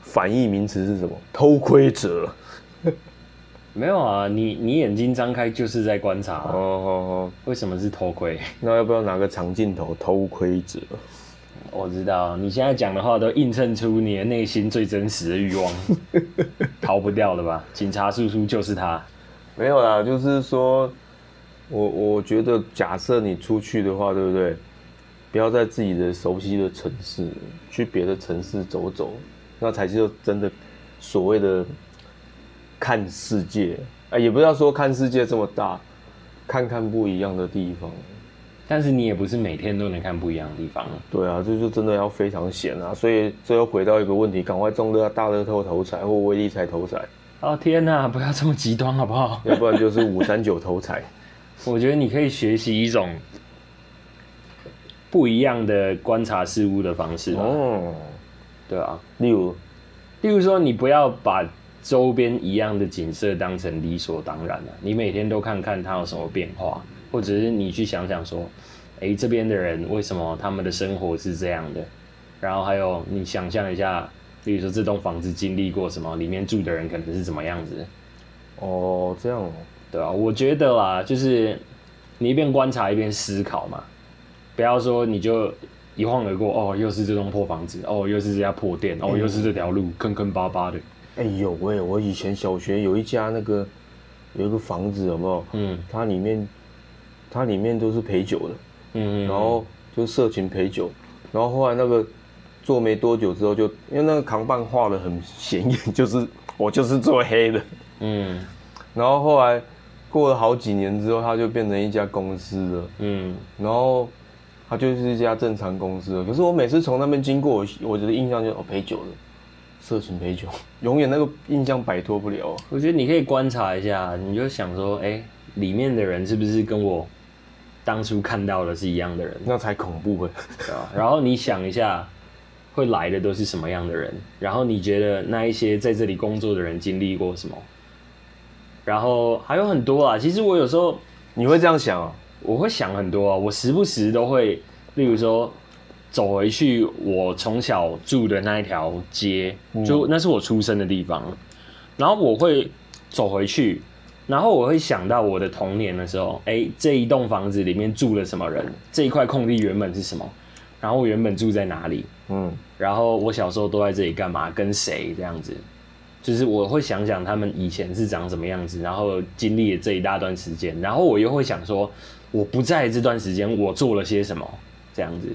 [SPEAKER 3] 反义名词是什么？偷窥者。
[SPEAKER 2] 没有啊，你你眼睛张开就是在观察啊、
[SPEAKER 3] 哦哦哦，
[SPEAKER 2] 为什么是头盔？
[SPEAKER 3] 那要不要拿个长镜头偷窥者？
[SPEAKER 2] 我知道你现在讲的话都映衬出你的内心最真实的欲望，逃不掉的吧？警察叔叔就是他。
[SPEAKER 3] 没有啦，就是说，我我觉得，假设你出去的话，对不对？不要在自己的熟悉的城市，去别的城市走走，那才是真的所谓的看世界。啊、也不要说看世界这么大，看看不一样的地方。
[SPEAKER 2] 但是你也不是每天都能看不一样的地方啊。
[SPEAKER 3] 对啊，这就真的要非常闲啊。所以这又回到一个问题：赶快中乐大乐透头彩或威力彩头彩，
[SPEAKER 2] 哦天哪，不要这么极端好不好？
[SPEAKER 3] 要不然就是五三九头彩。
[SPEAKER 2] 我觉得你可以学习一种不一样的观察事物的方式吧。
[SPEAKER 3] 哦，
[SPEAKER 2] 对啊，
[SPEAKER 3] 例如。
[SPEAKER 2] 例如说，你不要把啊周边一样的景色当成理所当然了、你每天都看看它有什么变化，或者是你去想想说，诶，这边的人为什么他们的生活是这样的？然后还有你想象一下，比如说这栋房子经历过什么，里面住的人可能是怎么样子，
[SPEAKER 3] 哦，这样哦，
[SPEAKER 2] 对吧、我觉得啦，就是你一边观察一边思考嘛，不要说你就一晃而过，哦，又是这栋破房子，哦，又是这家破店，哦，又是这条路坑坑巴巴的，
[SPEAKER 3] 哎有喂，我以前小学有一家那个有一个房子有没有？
[SPEAKER 2] 嗯
[SPEAKER 3] 它里面它里面都是陪酒的，
[SPEAKER 2] 嗯，
[SPEAKER 3] 然后就社群陪酒，然后后来那个做没多久之后就，因为那个扛棒画的很显眼， 就是我就是做黑的，
[SPEAKER 2] 嗯
[SPEAKER 3] 然后后来过了好几年之后，它就变成一家公司了，
[SPEAKER 2] 嗯
[SPEAKER 3] 然后它就是一家正常公司了。可是我每次从那边经过，我我觉得印象就是哦陪酒的，社群陪酒，永远那个印象摆脱不了啊、
[SPEAKER 2] 我觉得你可以观察一下，你就想说，哎、里面的人是不是跟我当初看到的是一样的人，
[SPEAKER 3] 那才恐怖哎、
[SPEAKER 2] 对吧？然后你想一下，会来的都是什么样的人？然后你觉得那一些在这里工作的人经历过什么？然后还有很多啊，其实我有时候
[SPEAKER 3] 你会这样想啊？
[SPEAKER 2] 我会想很多啊，我时不时都会，例如说走回去我从小住的那一条街，就那是我出生的地方，然后我会走回去，然后我会想到我的童年的时候，哎，这一栋房子里面住了什么人，这一块空地原本是什么，然后我原本住在哪里，
[SPEAKER 3] 嗯，
[SPEAKER 2] 然后我小时候都在这里干嘛，跟谁这样子。就是我会想想他们以前是长什么样子，然后经历了这一大段时间，然后我又会想说，我不在这段时间我做了些什么，这样子。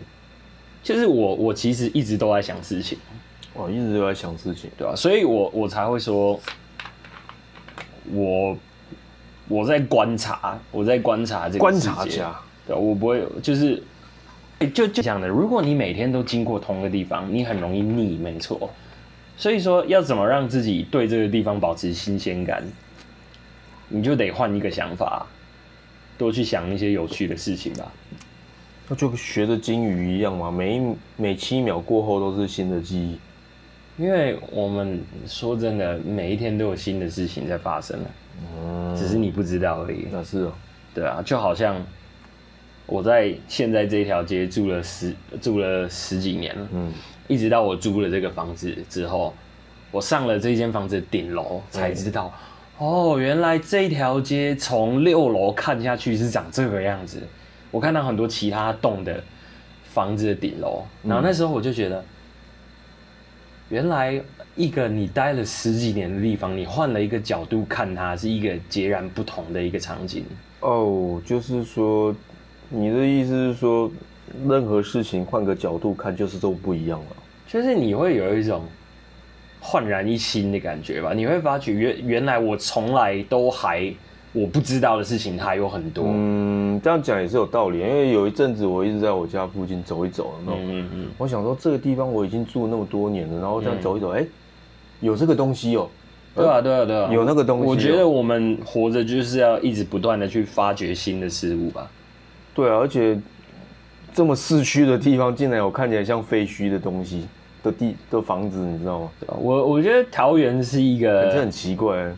[SPEAKER 2] 就是我我其实一直都在想事情，
[SPEAKER 3] 我哦一直都在想事情。
[SPEAKER 2] 对吧、所以我我才会说，我我在观察，我在观察这个
[SPEAKER 3] 观
[SPEAKER 2] 世界
[SPEAKER 3] 察家，
[SPEAKER 2] 对啊，我不会，就是就就讲的，如果你每天都经过同一个地方，你很容易腻，没错。所以说，要怎么让自己对这个地方保持新鲜感，你就得换一个想法，多去想一些有趣的事情吧。
[SPEAKER 3] 那就学着金鱼一样嘛，每一每七秒过后都是新的记忆。
[SPEAKER 2] 因为我们说真的，每一天都有新的事情在发生了，
[SPEAKER 3] 嗯，
[SPEAKER 2] 只是你不知道而已。
[SPEAKER 3] 那是哦，
[SPEAKER 2] 对啊，就好像我在现在这条街住了十住了十几年了，
[SPEAKER 3] 嗯，
[SPEAKER 2] 一直到我租了这个房子之后，我上了这间房子的顶楼，才知道、哦，原来这条街从六楼看下去是长这个样子。我看到很多其他栋的房子的顶楼，然后那时候我就觉得，原来一个你待了十几年的地方，你换了一个角度看它，是一个截然不同的一个场景。
[SPEAKER 3] 哦，就是说，你的意思是说，任何事情换个角度看，就是都不一样了。
[SPEAKER 2] 就是你会有一种焕然一新的感觉吧？你会发觉原原来我从来都还我不知道的事情还有很多。嗯
[SPEAKER 3] 嗯，这样讲也是有道理，因为有一阵子我一直在我家附近走一走，有没有？
[SPEAKER 2] 嗯嗯，
[SPEAKER 3] 我想说这个地方我已经住那么多年了，然后这样走一走，哎、有这个东西哦。
[SPEAKER 2] 对啊对啊对啊，
[SPEAKER 3] 有那个东西哦
[SPEAKER 2] 我觉得我们活着就是要一直不断的去发掘新的事物吧。
[SPEAKER 3] 对啊，而且这么市区的地方，竟然有看起来像废墟的东西的地的房子，你知道吗？
[SPEAKER 2] 对吧啊我我觉得桃园是一
[SPEAKER 3] 欸这
[SPEAKER 2] 个
[SPEAKER 3] 很奇怪、欸，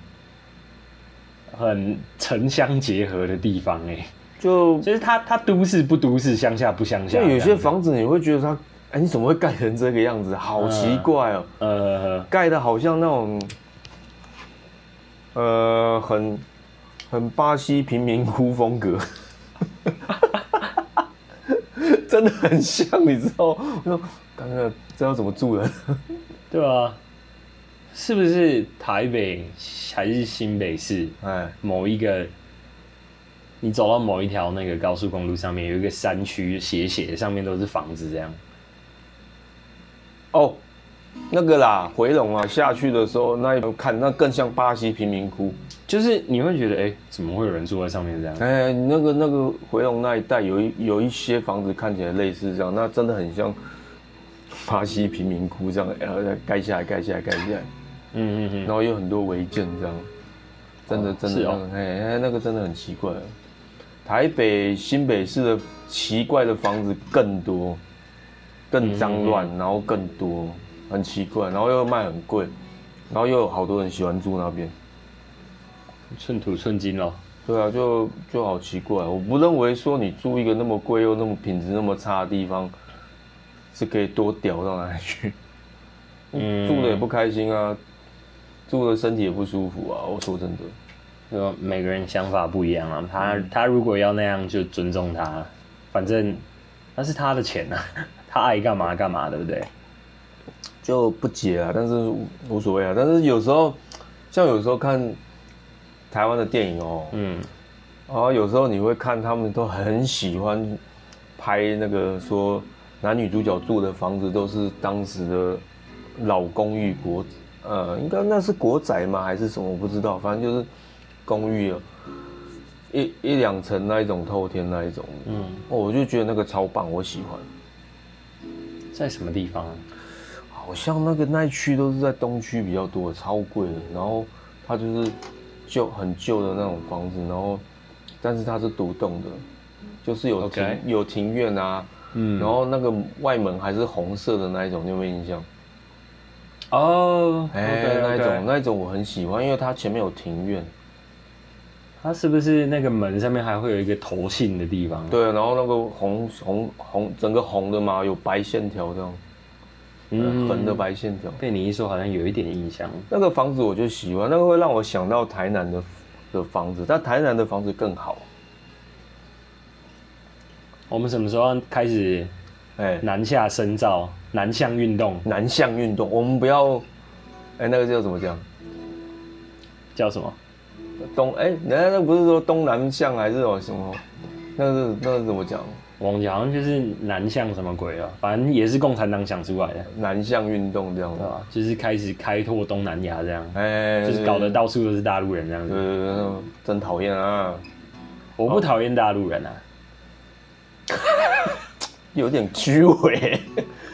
[SPEAKER 2] 很城乡结合的地方哎、
[SPEAKER 3] 就
[SPEAKER 2] 就是它它都市不都市，乡下不乡下
[SPEAKER 3] 就
[SPEAKER 2] 这样，
[SPEAKER 3] 有些房子你会觉得它，哎、你怎么会盖成这个样子？好
[SPEAKER 2] 嗯
[SPEAKER 3] 奇怪哦、
[SPEAKER 2] 呃
[SPEAKER 3] 盖的好像那种，呃，很很巴西贫民窟风格， 真的很像，你知道？我说，刚刚这要怎么住人？
[SPEAKER 2] 对啊，是不是台北还是新北市？
[SPEAKER 3] 哎，
[SPEAKER 2] 某一个，你走到某一条那个高速公路上面，有一个山区斜斜，上面都是房子这样。
[SPEAKER 3] 哦，那个啦，回龙啊，下去的时候那一看那更像巴西贫民窟。
[SPEAKER 2] 就是你会觉得，哎、怎么会有人住在上面这样？
[SPEAKER 3] 哎，那个那个回龙那一带有一有一些房子看起来类似这样，那真的很像巴西贫民窟这样，呃，盖下来盖下来盖下来，
[SPEAKER 2] 嗯嗯嗯
[SPEAKER 3] 然。后有很多违建这样，真的
[SPEAKER 2] 哦
[SPEAKER 3] 真
[SPEAKER 2] 是
[SPEAKER 3] 的，
[SPEAKER 2] 哦
[SPEAKER 3] 那个哎、哎那个真的很奇怪。台北新北市的奇怪的房子更多，更脏乱，
[SPEAKER 2] 嗯
[SPEAKER 3] 然后更多，很奇怪，然后又卖很贵，然后又有好多人喜欢住那边。
[SPEAKER 2] 嗯寸土寸金咯。
[SPEAKER 3] 对啊，就就好奇怪，我不认为说你住一个那么贵又那么品质那么差的地方，是可以多屌到哪里去，
[SPEAKER 2] 嗯
[SPEAKER 3] 住的也不开心啊，住的身体也不舒服啊。我说真的，
[SPEAKER 2] 呃，每个人想法不一样
[SPEAKER 3] 嗯
[SPEAKER 2] 啊。他他如果要那样，就尊重他，反正那是他的钱啊， 他爱干嘛干嘛，对不对？
[SPEAKER 3] 就不解啊，但是无无所谓啊。但是有时候，像有时候看台湾的电影哦，
[SPEAKER 2] 嗯，
[SPEAKER 3] 然后有时候你会看他们都很喜欢拍那个说男女主角住的房子都是当时的老公寓国，呃，应该那是国宅吗还是什么？我不知道，反正就是公寓啊，一一两层那一种透天那一种，嗯
[SPEAKER 2] 嗯，
[SPEAKER 3] 哦，我就觉得那个超棒，我喜欢。
[SPEAKER 2] 在什么地方啊？
[SPEAKER 3] 好像那个那一区都是在东区比较多，超贵的。然后它就是旧很旧的那种房子，然后但是它是独栋的，就是有庭
[SPEAKER 2] OK
[SPEAKER 3] 有庭院啊，
[SPEAKER 2] 嗯
[SPEAKER 3] 然后那个外门还是红色的那一种，你有没有印象？
[SPEAKER 2] 哦，
[SPEAKER 3] 哎、那一种那一种我很喜欢，因为它前面有庭院，
[SPEAKER 2] 他是不是那个门上面还会有一个投信的地方？，啊
[SPEAKER 3] 对，啊然后那个红红红整个红的嘛，有白线条这样，
[SPEAKER 2] 嗯
[SPEAKER 3] 横的白线条。
[SPEAKER 2] 被你一说，好像有一点印象。
[SPEAKER 3] 那个房子我就喜欢，那个会让我想到台南的的房子，但台南的房子更好。
[SPEAKER 2] 我们什么时候要开始
[SPEAKER 3] 哎，
[SPEAKER 2] 南下深造、南向运动？
[SPEAKER 3] 南向运动，我们不要，哎，那个叫怎么讲？
[SPEAKER 2] 叫什么？
[SPEAKER 3] 东哎，那那不是说东南向还是什么？那是那是怎么讲？
[SPEAKER 2] 我们好像就是南向什么鬼啊？反正也是共产党想出来的，
[SPEAKER 3] 南向运动这样
[SPEAKER 2] 对
[SPEAKER 3] 子。
[SPEAKER 2] 吧？就是开始开拓东南亚这样，
[SPEAKER 3] 哎，
[SPEAKER 2] 哦就是搞得，到处都是大陆人这样
[SPEAKER 3] 对
[SPEAKER 2] 子。
[SPEAKER 3] 对对对，真讨厌啊！
[SPEAKER 2] 我不讨厌大陆人啊，
[SPEAKER 3] 有点 虚伪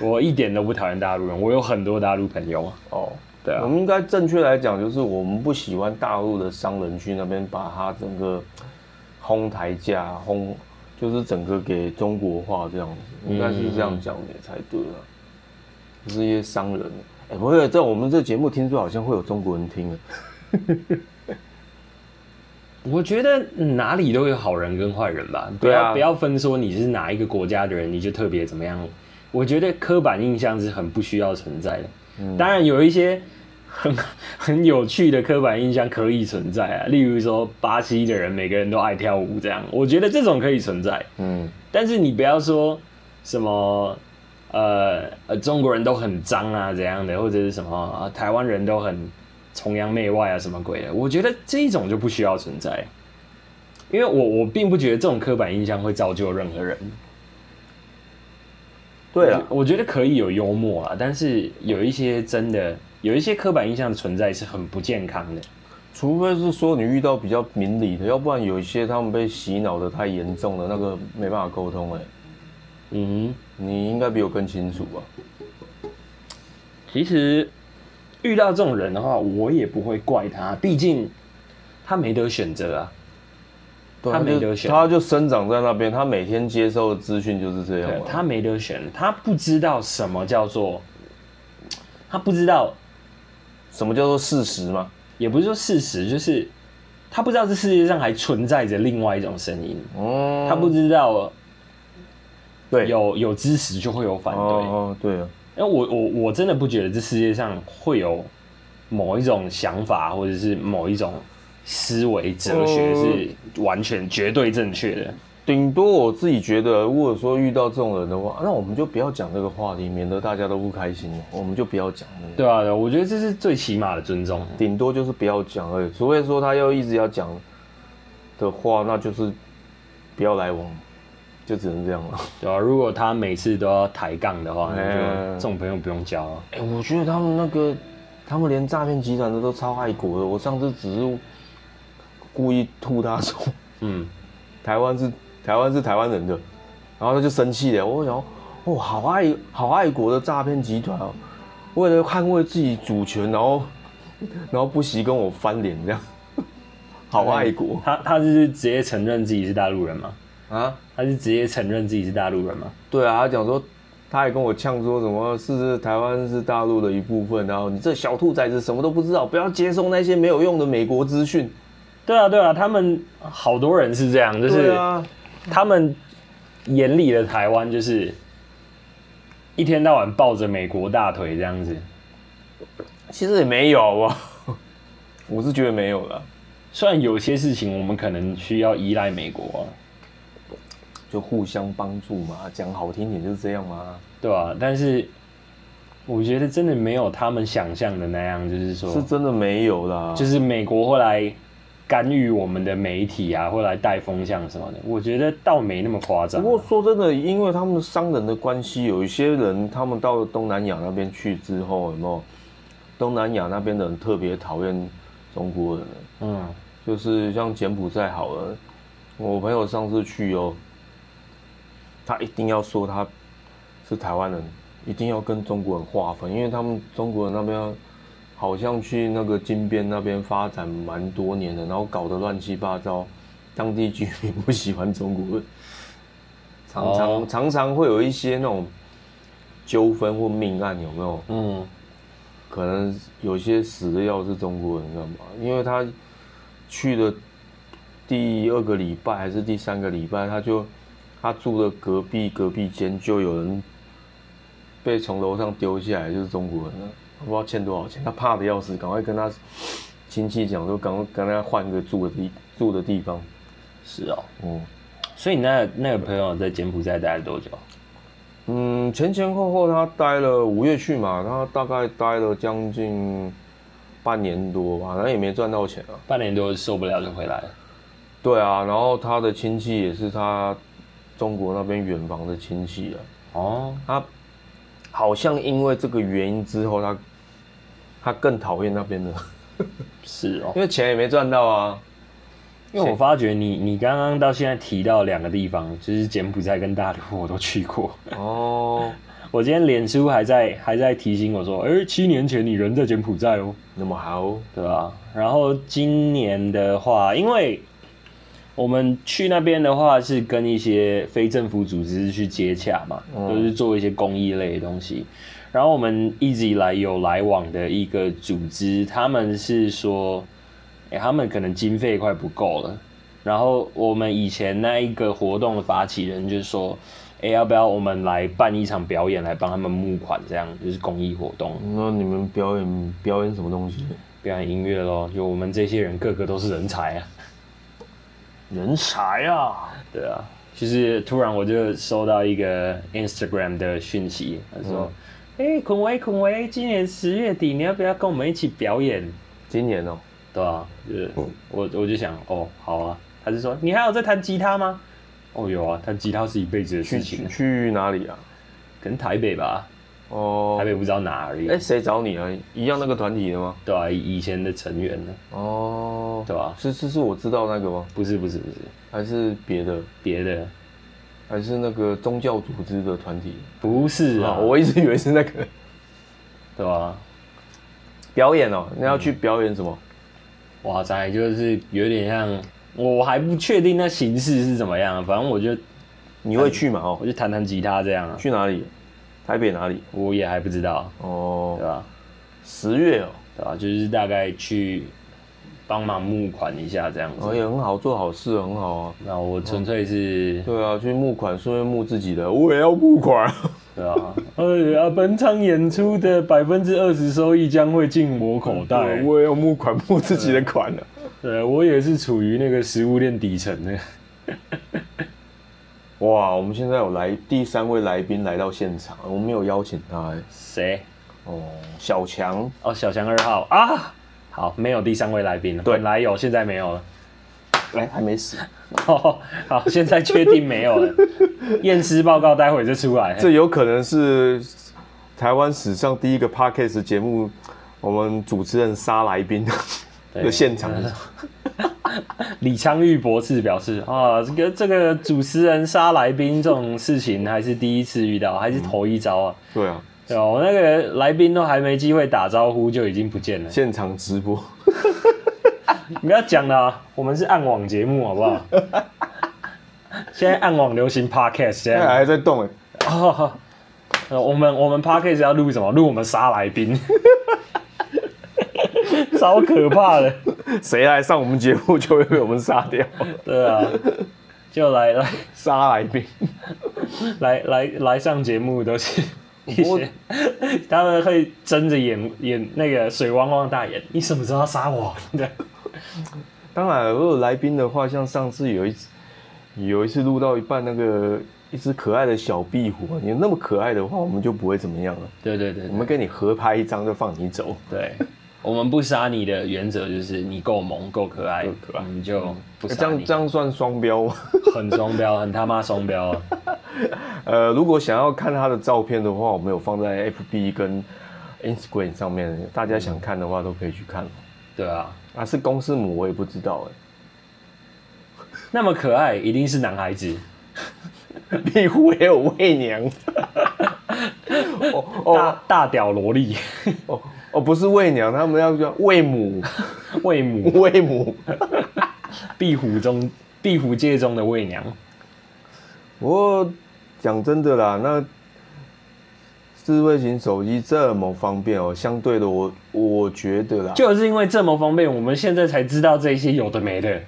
[SPEAKER 2] 我一点都不讨厌大陆人，我有很多大陆朋友啊。
[SPEAKER 3] 哦。
[SPEAKER 2] 对
[SPEAKER 3] 我
[SPEAKER 2] 啊，
[SPEAKER 3] 们应该正确来讲，就是我们不喜欢大陆的商人去那边把它整个哄抬价、哄，就是整个给中国化这样子，
[SPEAKER 2] 嗯
[SPEAKER 3] 应该是这样讲的才对啊。就是一些商人，哎、不会，在我们这节目听说好像会有中国人听啊。
[SPEAKER 2] 我觉得哪里都有好人跟坏人吧，不
[SPEAKER 3] 对
[SPEAKER 2] 要、
[SPEAKER 3] 啊
[SPEAKER 2] 不要分说你是哪一个国家的人，你就特别怎么样。我觉得刻板印象是很不需要存在的。
[SPEAKER 3] 嗯
[SPEAKER 2] 当然有一些很 很有趣的刻板印象可以存在啊，例如说巴西的人每个人都爱跳舞这样，我觉得这种可以存在。
[SPEAKER 3] 嗯，
[SPEAKER 2] 但是你不要说什么呃呃中国人都很脏啊怎样的，或者是什么、啊、台湾人都很崇洋媚外啊什么鬼的，我觉得这一种就不需要存在，因为我我并不觉得这种刻板印象会造就任何人。
[SPEAKER 3] 对啊，
[SPEAKER 2] 我觉得可以有幽默啊，但是有一些真的有一些刻板印象的存在是很不健康的。
[SPEAKER 3] 除非是说你遇到比较明理的，要不然有一些他们被洗脑的太严重了，那个没办法沟通、哎，
[SPEAKER 2] 嗯，
[SPEAKER 3] 你应该比我更清楚吧？
[SPEAKER 2] 其实遇到这种人的话，我也不会怪他，毕竟他没得选择啊。
[SPEAKER 3] 对啊
[SPEAKER 2] 他没
[SPEAKER 3] 就
[SPEAKER 2] 得选
[SPEAKER 3] 他就生长在那边，他每天接受的资讯就是这样
[SPEAKER 2] 对
[SPEAKER 3] 嘛。
[SPEAKER 2] 他没得选，他不知道什么叫做，他不知道，
[SPEAKER 3] 什么叫做事实嘛？
[SPEAKER 2] 也不是说事实，就是他不知道这世界上还存在着另外一种声音，
[SPEAKER 3] 嗯，
[SPEAKER 2] 他不知道
[SPEAKER 3] 对
[SPEAKER 2] 有有支持就会有反对。
[SPEAKER 3] 哦，对啊，
[SPEAKER 2] 因为我我我真的不觉得这世界上会有某一种想法或者是某一种思维哲学
[SPEAKER 3] 嗯
[SPEAKER 2] 是完全绝对正确的。
[SPEAKER 3] 顶多我自己觉得，如果说遇到这种人的话，那我们就不要讲这个话题，免得大家都不开心了。我们就不要讲了。
[SPEAKER 2] 对啊，对啊我觉得这是最起码的尊重。
[SPEAKER 3] 顶多就是不要讲而已，除非说他要一直要讲的话，那就是不要来往，就只能这样了。
[SPEAKER 2] 对啊，如果他每次都要抬杠的话，那就
[SPEAKER 3] 嗯
[SPEAKER 2] 这种朋友不用啊交了。
[SPEAKER 3] 哎、我觉得他们那个，他们连诈骗集团的都超爱国的。我上次只是故意吐他说
[SPEAKER 2] 嗯，
[SPEAKER 3] 台湾是台湾是台湾人的，然后他就生气了。我想说，哦，好爱好爱国的诈骗集团哦，为了捍卫自己主权，然后然后不惜跟我翻脸这样，好爱国
[SPEAKER 2] 他他是直接承认自己是大陆人吗？
[SPEAKER 3] 啊！
[SPEAKER 2] 他是直接承认自己是大陆人吗？
[SPEAKER 3] 对啊，他讲说。他还跟我呛说什么是是台湾是大陆的一部分，然后你这小兔崽子什么都不知道，不要接受那些没有用的美国资讯。
[SPEAKER 2] 对啊，对啊，他们好多人是这样，就是、
[SPEAKER 3] 对啊，
[SPEAKER 2] 他们眼里的台湾就是一天到晚抱着美国大腿这样子。
[SPEAKER 3] 其实也没有 啊，我是觉得没有了，
[SPEAKER 2] 虽然有些事情我们可能需要依赖美国啊，
[SPEAKER 3] 就互相帮助嘛，讲好听点就是这样嘛，
[SPEAKER 2] 对吧、但是我觉得真的没有他们想象的那样，就是说，
[SPEAKER 3] 是真的没有啦，就
[SPEAKER 2] 就是是美国会来干预我们的媒体啊，会来带风向什么的。我觉得倒没那么夸张
[SPEAKER 3] 不
[SPEAKER 2] 啊、
[SPEAKER 3] 过说真的，因为他们商人的关系，有一些人他们到东南亚那边去之后，有没有？东南亚那边的人特别讨厌中国人，
[SPEAKER 2] 嗯，
[SPEAKER 3] 就是像柬埔寨好了，我朋友上次去哦，他一定要说他是台湾人，一定要跟中国人划分，因为他们中国人那边好像去那个金边那边发展蛮多年的，然后搞得乱七八糟，当地居民不喜欢中国人，常常、
[SPEAKER 2] 哦
[SPEAKER 3] 常常会有一些那种纠纷或命案，有没有？
[SPEAKER 2] 嗯，
[SPEAKER 3] 可能有些死的要是中国人干嘛？因为他去的第二个礼拜还是第三个礼拜，他就他住的隔壁隔壁间就有人被从楼上丢下来，就是中国人了，我不知道欠多少钱，他怕的要死，赶快跟他亲戚讲说，赶快跟他换个住的地住的地方。
[SPEAKER 2] 是哦。
[SPEAKER 3] 嗯
[SPEAKER 2] 所以你那那个朋友在柬埔寨待了多久？
[SPEAKER 3] 嗯，前前后后他待了五月去嘛，他大概待了将近半年多吧，那也没赚到钱啊。
[SPEAKER 2] 半年多受不了就回来了。
[SPEAKER 3] 对啊，然后他的亲戚也是他中国那边远房的亲戚啊，
[SPEAKER 2] 哦，
[SPEAKER 3] 他好像因为这个原因之后他，他更讨厌那边 的，
[SPEAKER 2] 是哦。
[SPEAKER 3] 因为钱也没赚到啊。
[SPEAKER 2] 因为我发觉你你刚刚到现在提到两个地方，就是柬埔寨跟大陆，我都去过。
[SPEAKER 3] 哦，
[SPEAKER 2] 我今天脸书还在还在提醒我说，哎、七年前你人在柬埔寨哦，
[SPEAKER 3] 那么好，
[SPEAKER 2] 对吧、然后今年的话，因为我们去那边的话是跟一些非政府组织去接洽嘛，
[SPEAKER 3] 嗯
[SPEAKER 2] 就是做一些公益类的东西。然后我们一直以来有来往的一个组织，他们是说，诶他们可能经费快不够了。然后我们以前那一个活动的发起人就是说，哎，要不要我们来办一场表演来帮他们募款，这样就是公益活动。
[SPEAKER 3] 那你们表演表演什么东西？
[SPEAKER 2] 表演音乐咯，就我们这些人个个都是人才啊。
[SPEAKER 3] 人才啊！
[SPEAKER 2] 对啊，就是突然我就收到一个 Instagram 的讯息，他说：“哎、孔维，孔维，今年十月底你要不要跟我们一起表演
[SPEAKER 3] 今年哦，？”
[SPEAKER 2] 对啊，就是我我就想，哦，好啊。他就说：“你还有在弹吉他吗？”哦，有啊，弹吉他是一辈子的
[SPEAKER 3] 去
[SPEAKER 2] 事情
[SPEAKER 3] 去，去哪里啊？
[SPEAKER 2] 可能台北吧，
[SPEAKER 3] 哦
[SPEAKER 2] 台，北不知道哪而已。
[SPEAKER 3] 哎，谁找你啊？一样那个团体的吗？
[SPEAKER 2] 对啊，以前的成员呢？
[SPEAKER 3] 哦，
[SPEAKER 2] 对吧、
[SPEAKER 3] 是是是我知道那个吗？
[SPEAKER 2] 不是不是不是，
[SPEAKER 3] 还是别的？
[SPEAKER 2] 别的
[SPEAKER 3] 还是那个宗教组织的团体
[SPEAKER 2] 不是啊，
[SPEAKER 3] 啊，我一直以为是那个
[SPEAKER 2] 对啊？
[SPEAKER 3] 表演哦，那要去表演什么？
[SPEAKER 2] 哇塞，就是有点像，我还不确定那形式是怎么样，反正我就
[SPEAKER 3] 你会去吗？哦
[SPEAKER 2] 我，就弹弹吉他这样啊，
[SPEAKER 3] 去哪里？台北哪里？
[SPEAKER 2] 我也还不知道，对
[SPEAKER 3] 哦，
[SPEAKER 2] 吧？
[SPEAKER 3] 十月哦，
[SPEAKER 2] 对吧？就是大概去帮忙募款一下这样
[SPEAKER 3] 哦
[SPEAKER 2] 子。
[SPEAKER 3] 也很好，做好事很好啊。
[SPEAKER 2] 那我纯粹是，
[SPEAKER 3] 对啊，去募款，顺便募自己的， 我也要募款。
[SPEAKER 2] 对吧？哎呀，本场演出的百分之二十收益将会进我口袋。
[SPEAKER 3] 嗯 我也要募款，募自己的款啊了。
[SPEAKER 2] 对，我也是处于那个食物链底层的。
[SPEAKER 3] 哇，我们现在有来第三位来宾来到现场，我们没有邀请他哎。
[SPEAKER 2] 谁？
[SPEAKER 3] 哦，小强，
[SPEAKER 2] 哦，小强二号啊。好，没有第三位来宾了。
[SPEAKER 3] 对
[SPEAKER 2] 本来有，现在没有了。
[SPEAKER 3] 哎，还没死，
[SPEAKER 2] 哦，好，现在确定没有了，验尸报告待会就出来。
[SPEAKER 3] 这有可能是台湾史上第一个 podcast 节目，我们主持人杀来宾
[SPEAKER 2] 啊
[SPEAKER 3] 的现场。
[SPEAKER 2] 李昌钰博士表示啊，这个这个主持人杀来宾这种事情还是第一次遇到，还是头一遭啊。
[SPEAKER 3] 对啊，
[SPEAKER 2] 对吧？我那个来宾都还没机会打招呼就已经不见了。
[SPEAKER 3] 现场直播，
[SPEAKER 2] 你不要讲了、啊，我们是暗网节目，好不好？ 现在暗网流行 podcast，这
[SPEAKER 3] 现在
[SPEAKER 2] 样。
[SPEAKER 3] 还在动哎、
[SPEAKER 2] 哦 呃我们我们 podcast 要录什么？录我们杀来宾。超可怕的。
[SPEAKER 3] 谁来上我们节目就会被我们杀 掉，
[SPEAKER 2] 对啊，就来来
[SPEAKER 3] 杀来宾。
[SPEAKER 2] 来来来上节目都是一
[SPEAKER 3] 过
[SPEAKER 2] 些，他们会睁着眼眼那个水汪汪的大眼，你什么时候要杀我？对，
[SPEAKER 3] 当然，如果有来宾的话，像上次有一次，有一次录到一半，那个一只可爱的小壁虎，你那么可爱的话，我们就不会怎么样了。
[SPEAKER 2] 对对对
[SPEAKER 3] 我们跟你合拍一张就放你走。
[SPEAKER 2] 对，我们不杀你的原则就是你够萌够可爱，哎
[SPEAKER 3] 够可爱
[SPEAKER 2] 我们就不
[SPEAKER 3] 这
[SPEAKER 2] 杀
[SPEAKER 3] 样
[SPEAKER 2] 你。
[SPEAKER 3] 这样算双标吗？
[SPEAKER 2] 很双标，很他妈双标啊。
[SPEAKER 3] 呃，如果想要看他的照片的话，我们有放在 FB 跟 Instagram 上面，大家想看的话都可以去看。
[SPEAKER 2] 对啊，
[SPEAKER 3] 啊，是公是母我也不知道欸
[SPEAKER 2] 那么可爱一定是男孩子，
[SPEAKER 3] 哎、 壁虎也有媚娘。 哦哦
[SPEAKER 2] 大大屌萝莉，
[SPEAKER 3] 哦哦，不是喂娘，他们要叫喂母，
[SPEAKER 2] 喂母，
[SPEAKER 3] 喂母。
[SPEAKER 2] 壁虎中壁虎界中的喂娘。
[SPEAKER 3] 不过讲真的啦，那智慧型手机这么方便哦，相对的我我觉得啦，
[SPEAKER 2] 就是因为这么方便，我们现在才知道这些有的没的。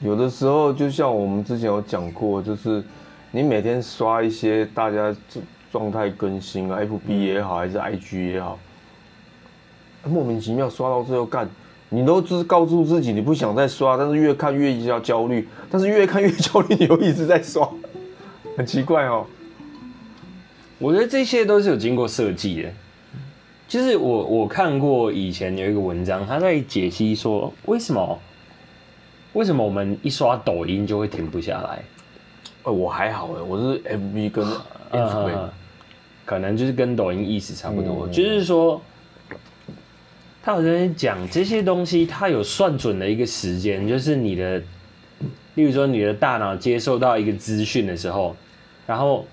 [SPEAKER 3] 有的时候就像我们之前有讲过，就是你每天刷一些大家状状态更新啊，FB 也好，还是 IG 也好，莫名其妙刷到最后干。你都知告诉自己你不想再刷，但是越看越要焦虑，但是越看越焦虑，你又一直在刷，很奇怪哦。
[SPEAKER 2] 我觉得这些都是有经过设计的。就是我我看过以前有一个文章，他在解析说为什么为什么我们一刷抖音就会停不下来，
[SPEAKER 3] 呃，我还好哎，我是 FB 跟 Instagram，
[SPEAKER 2] 嗯，可能就是跟抖音意思差不多，
[SPEAKER 3] 嗯
[SPEAKER 2] 就是说。他好像在讲这些东西，它有算准的一个时间，就是你的，例如说你的大脑接受到一个资讯的时候，然后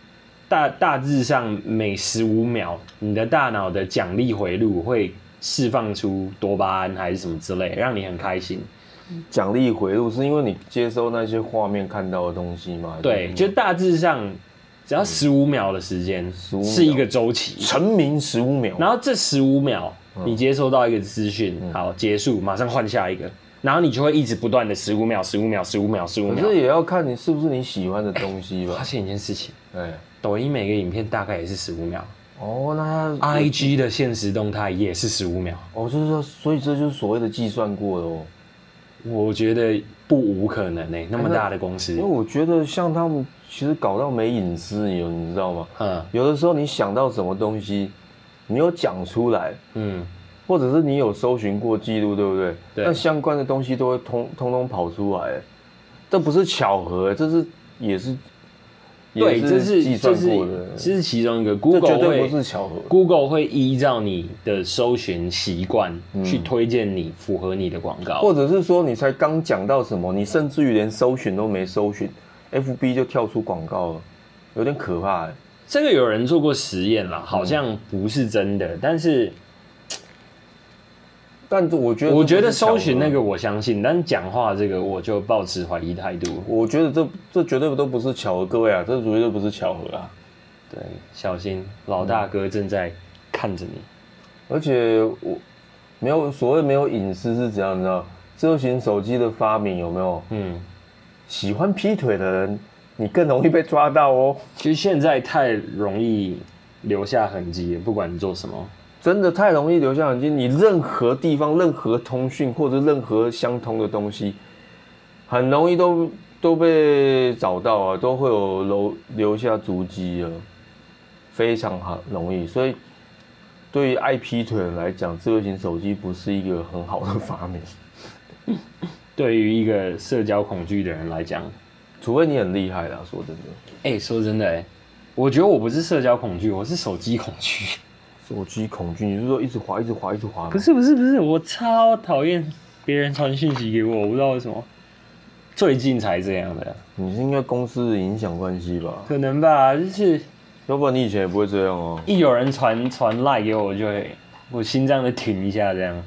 [SPEAKER 2] 大大致上每十五秒，你的大脑的奖励回路会释放出多巴胺还是什么之类，让你很开心。
[SPEAKER 3] 奖励回路是因为你接收那些画面看到的东西嘛？
[SPEAKER 2] 对，就大致上只要十五秒的时间
[SPEAKER 3] 15秒
[SPEAKER 2] 是一个周期，
[SPEAKER 3] 沉迷十五秒，
[SPEAKER 2] 然后这十五秒你接收到一个资讯，好结束，马上换下一个，然后你就会一直不断的十五秒、十五秒、十五秒、十五
[SPEAKER 3] 可
[SPEAKER 2] 秒
[SPEAKER 3] 是。也要看你是不是你喜欢的东西
[SPEAKER 2] 发
[SPEAKER 3] 吧？
[SPEAKER 2] 现一件事情，
[SPEAKER 3] 哎，
[SPEAKER 2] 抖音每个影片大概也是十五秒
[SPEAKER 3] 哦，
[SPEAKER 2] 嗯
[SPEAKER 3] 那 它
[SPEAKER 2] ，IG 的现实动态也是十五秒，
[SPEAKER 3] 哦，就是说，所以这就是所谓的计算过的哦。
[SPEAKER 2] 我觉得不无可能呢、那么大的公
[SPEAKER 3] 因
[SPEAKER 2] 司
[SPEAKER 3] 为，我觉得像他们其实搞到没隐私，有你知道吗？
[SPEAKER 2] 嗯
[SPEAKER 3] 有的时候你想到什么东西，你有讲出来，
[SPEAKER 2] 嗯，
[SPEAKER 3] 或者是你有搜寻过记录，对不对？
[SPEAKER 2] 对
[SPEAKER 3] 那相关的东西都会通通通跑出来，这不是巧合，欸这是也是，
[SPEAKER 2] 对，
[SPEAKER 3] 也
[SPEAKER 2] 这是
[SPEAKER 3] 计
[SPEAKER 2] 这
[SPEAKER 3] 算
[SPEAKER 2] 是
[SPEAKER 3] 过的，
[SPEAKER 2] 这是其中一个
[SPEAKER 3] 这绝
[SPEAKER 2] ，Google
[SPEAKER 3] 对
[SPEAKER 2] 会
[SPEAKER 3] 不是巧合。
[SPEAKER 2] Google 会依照你的搜寻习惯去推荐你符合你的广告，
[SPEAKER 3] 或者是说你才刚讲到什么，你甚至于连搜寻都没搜寻，FB 就跳出广告了，有点可怕欸。
[SPEAKER 2] 这个有人做过实验啦，好像不是真的，但是
[SPEAKER 3] 但我觉得，
[SPEAKER 2] 我觉得
[SPEAKER 3] 啊
[SPEAKER 2] 搜寻那个，我相信，但讲话这个我就抱持怀疑态度。
[SPEAKER 3] 我觉得这这绝对都不是巧合，各位啊，这绝对不是巧合啊。
[SPEAKER 2] 对，小心老大哥正在看着你。
[SPEAKER 3] 而且我没有所谓没有隐私是怎样，你知道？智慧型手机的发明有没有？
[SPEAKER 2] 嗯，
[SPEAKER 3] 喜欢劈腿的人，你更容易被抓到哦。
[SPEAKER 2] 其实现在太容易留下痕迹了，不管你做什么。
[SPEAKER 3] 真的太容易留下痕迹，你任何地方、任何通讯或者任何相通的东西，很容易都都被找到啊，都会有留留下足迹啊，非常好容易。所以，对于爱劈腿的人来讲，智慧型手机不是一个很好的发明，
[SPEAKER 2] 对于一个社交恐惧的人来讲，
[SPEAKER 3] 除非你很厉害啦。说真的，
[SPEAKER 2] 哎、说真的、哎，我觉得我不是社交恐惧，我是手机恐惧。
[SPEAKER 3] 手机恐惧，你是说一直滑、一直滑、一直滑吗？
[SPEAKER 2] 不是不是不是，我超讨厌别人传讯息给我，我不知道为什么。最近才这样的，
[SPEAKER 3] 你是因为公司的影响关系吧？
[SPEAKER 2] 可能吧，就是
[SPEAKER 3] 要不然你以前也不会这样哦、
[SPEAKER 2] 一有人传传赖给我，我就会我心脏就停一下，这样，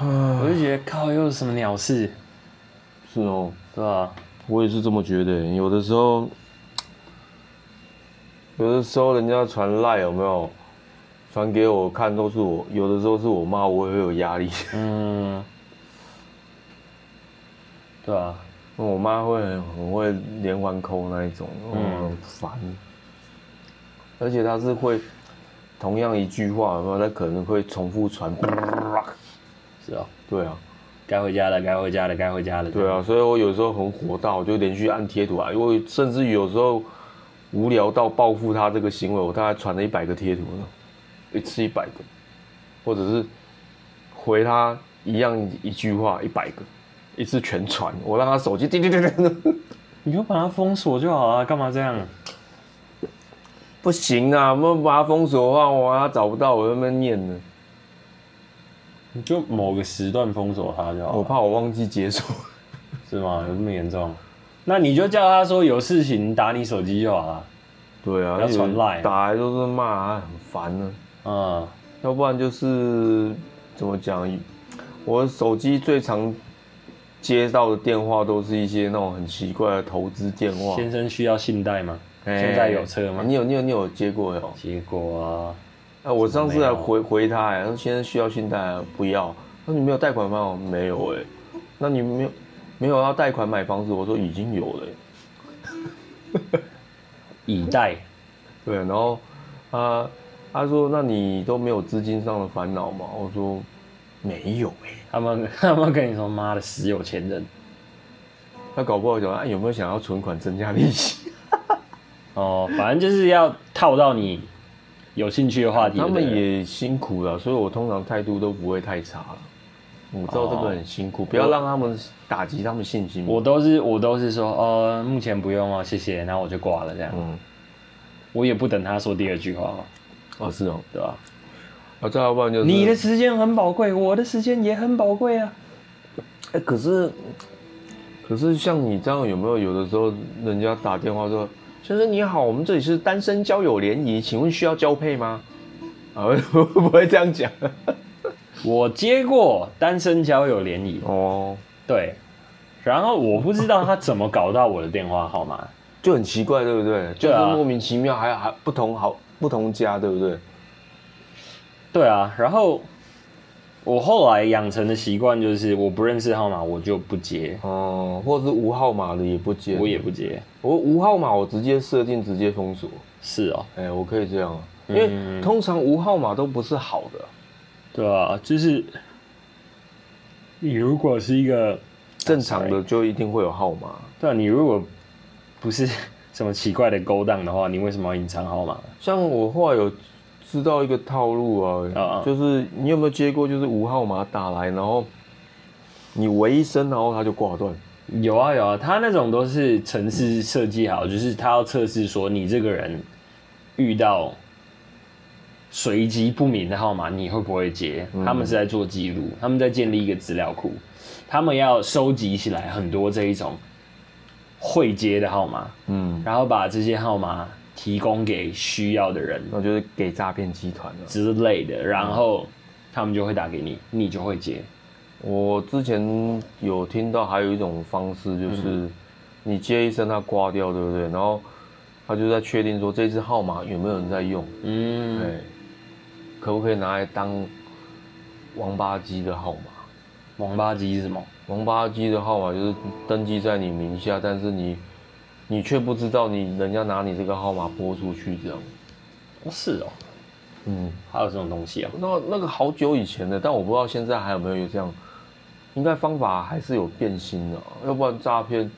[SPEAKER 2] 我就觉得靠，又有什么鸟事，
[SPEAKER 3] 是哦、
[SPEAKER 2] 对吧？
[SPEAKER 3] 我也是这么觉得。有的时候，有的时候人家传赖有没有？传给我看都是我，有的时候是我妈，我也会有压力。
[SPEAKER 2] 嗯，对啊，
[SPEAKER 3] 我妈会很很会连环扣那一种，嗯，
[SPEAKER 2] 嗯
[SPEAKER 3] 很烦。而且她是会同样一句话，然后她可能会重复传。
[SPEAKER 2] 是啊，
[SPEAKER 3] 对啊，
[SPEAKER 2] 该回家了，该回家了，该回家了。
[SPEAKER 3] 对啊，，所以我有时候很火大，我就连续按贴图啊，因为甚至有时候无聊到报复她这个行为，我大概传了一百个贴图呢，一次一百个，或者是回她一样一句话一百个，一次全传，我让她手机叮叮叮叮叮。
[SPEAKER 2] 你就把它封锁就好啊，干嘛这样？
[SPEAKER 3] 不行啊，我们把它封锁的话，我还找不到，我在那边念呢，
[SPEAKER 2] 你就某个时段封锁它就好
[SPEAKER 3] 我
[SPEAKER 2] 了，
[SPEAKER 3] 怕我忘记解锁。
[SPEAKER 2] 是吗？有这么严重？那你就叫他说有事情打你手机就好了。
[SPEAKER 3] 对啊，
[SPEAKER 2] 不要传
[SPEAKER 3] 有人
[SPEAKER 2] Line
[SPEAKER 3] 打来都是骂啊，很烦呢、
[SPEAKER 2] 嗯，
[SPEAKER 3] 要不然就是怎么讲，我手机最常接到的电话都是一些那种很奇怪的投资电话。
[SPEAKER 2] 先生需要信贷吗？
[SPEAKER 3] 哎
[SPEAKER 2] 现在有车吗
[SPEAKER 3] 你有你有你有接过哟？
[SPEAKER 2] 结果啊，
[SPEAKER 3] 啊，我上次还
[SPEAKER 2] 没有
[SPEAKER 3] 回回他、哎，他说先生需要信贷、啊，不要。那你没有贷款吗？我没有哎、那你没有没有要贷款买房子？我说已经有了、哎
[SPEAKER 2] 以贷
[SPEAKER 3] 对，然后他他说：“那你都没有资金上的烦恼吗？”我说：“没有哎、
[SPEAKER 2] 他们 他们跟你说妈的死有钱人
[SPEAKER 3] 他搞不好讲、啊、有没有想要存款增加利息？
[SPEAKER 2] 哦，反正就是要套到你有兴趣的话题。
[SPEAKER 3] 他们
[SPEAKER 2] 对不对
[SPEAKER 3] 也辛苦了，所以我通常态度都不会太差了。我知道这个很辛苦，不要让他们打击他们信心。
[SPEAKER 2] 我都是我都是说呃目前不用哦，谢谢，然后我就挂了这样。
[SPEAKER 3] 嗯，
[SPEAKER 2] 我也不等他说第二句话嘛，
[SPEAKER 3] 哦是哦，
[SPEAKER 2] 对吧？
[SPEAKER 3] 啊再要不然就是
[SPEAKER 2] 你的时间很宝贵，我的时间也很宝贵啊。
[SPEAKER 3] 哎、可是，可是像你这样，有没有有的时候人家打电话说：“先生你好，我们这里是单身交友联谊，请问需要交配吗？”啊，会不会这样讲？
[SPEAKER 2] 我接过单身交友联谊，
[SPEAKER 3] 哦，
[SPEAKER 2] 对，然后我不知道他怎么搞到我的电话号码，
[SPEAKER 3] 就很奇怪，对不对？就
[SPEAKER 2] 对
[SPEAKER 3] 是
[SPEAKER 2] 啊
[SPEAKER 3] 莫名其妙还，还不同好不同家，对不对？
[SPEAKER 2] 对啊，然后我后来养成的习惯就是，我不认识号码我就不接，
[SPEAKER 3] 哦、或者是无号码的也不接，
[SPEAKER 2] 我也不接，
[SPEAKER 3] 我无号码，我直接设定直接封锁。
[SPEAKER 2] 是哦，
[SPEAKER 3] 哎、我可以这样啊，因为
[SPEAKER 2] 嗯
[SPEAKER 3] 通常无号码都不是好的。
[SPEAKER 2] 对啊，就是你如果是一个，
[SPEAKER 3] 正常
[SPEAKER 2] 啊
[SPEAKER 3] 的就一定会有号码，
[SPEAKER 2] 对啊，你如果不是什么奇怪的勾当的话，你为什么要隐藏号码？
[SPEAKER 3] 像我后来有知道一个套路啊，
[SPEAKER 2] 啊啊
[SPEAKER 3] 就是你有没有接过就是无号码打来，然后你喂一声，然后他就挂断。
[SPEAKER 2] 有啊有啊，他那种都是城市设计好，就是他要测试说你这个人遇到随机不明的号码，你会不会接？他们是在做记录，他们在建立一个资料库，他们要收集起来很多这一种会接的号码，
[SPEAKER 3] 嗯，
[SPEAKER 2] 然后把这些号码提供给需要的人
[SPEAKER 3] 那就是给诈骗集团了。
[SPEAKER 2] 之类的，然后他们就会打给你，你就会接。
[SPEAKER 3] 我之前有听到还有一种方式，
[SPEAKER 2] 嗯
[SPEAKER 3] 就是你接一声他挂掉，对不对？然后他就在确定说这支号码有没有人在用，对，
[SPEAKER 2] 嗯，
[SPEAKER 3] 可不可以拿来当王八机的号码？
[SPEAKER 2] 王八机是什么？
[SPEAKER 3] 王八机的号码就是登记在你名下，但是你你却不知道你人家拿你这个号码拨出去这样。
[SPEAKER 2] 哦是哦，
[SPEAKER 3] 嗯，
[SPEAKER 2] 还有这种东西哦。
[SPEAKER 3] 那那个好久以前的，但我不知道现在还有没有这样，应该方法还是有变心的啊、要不然诈骗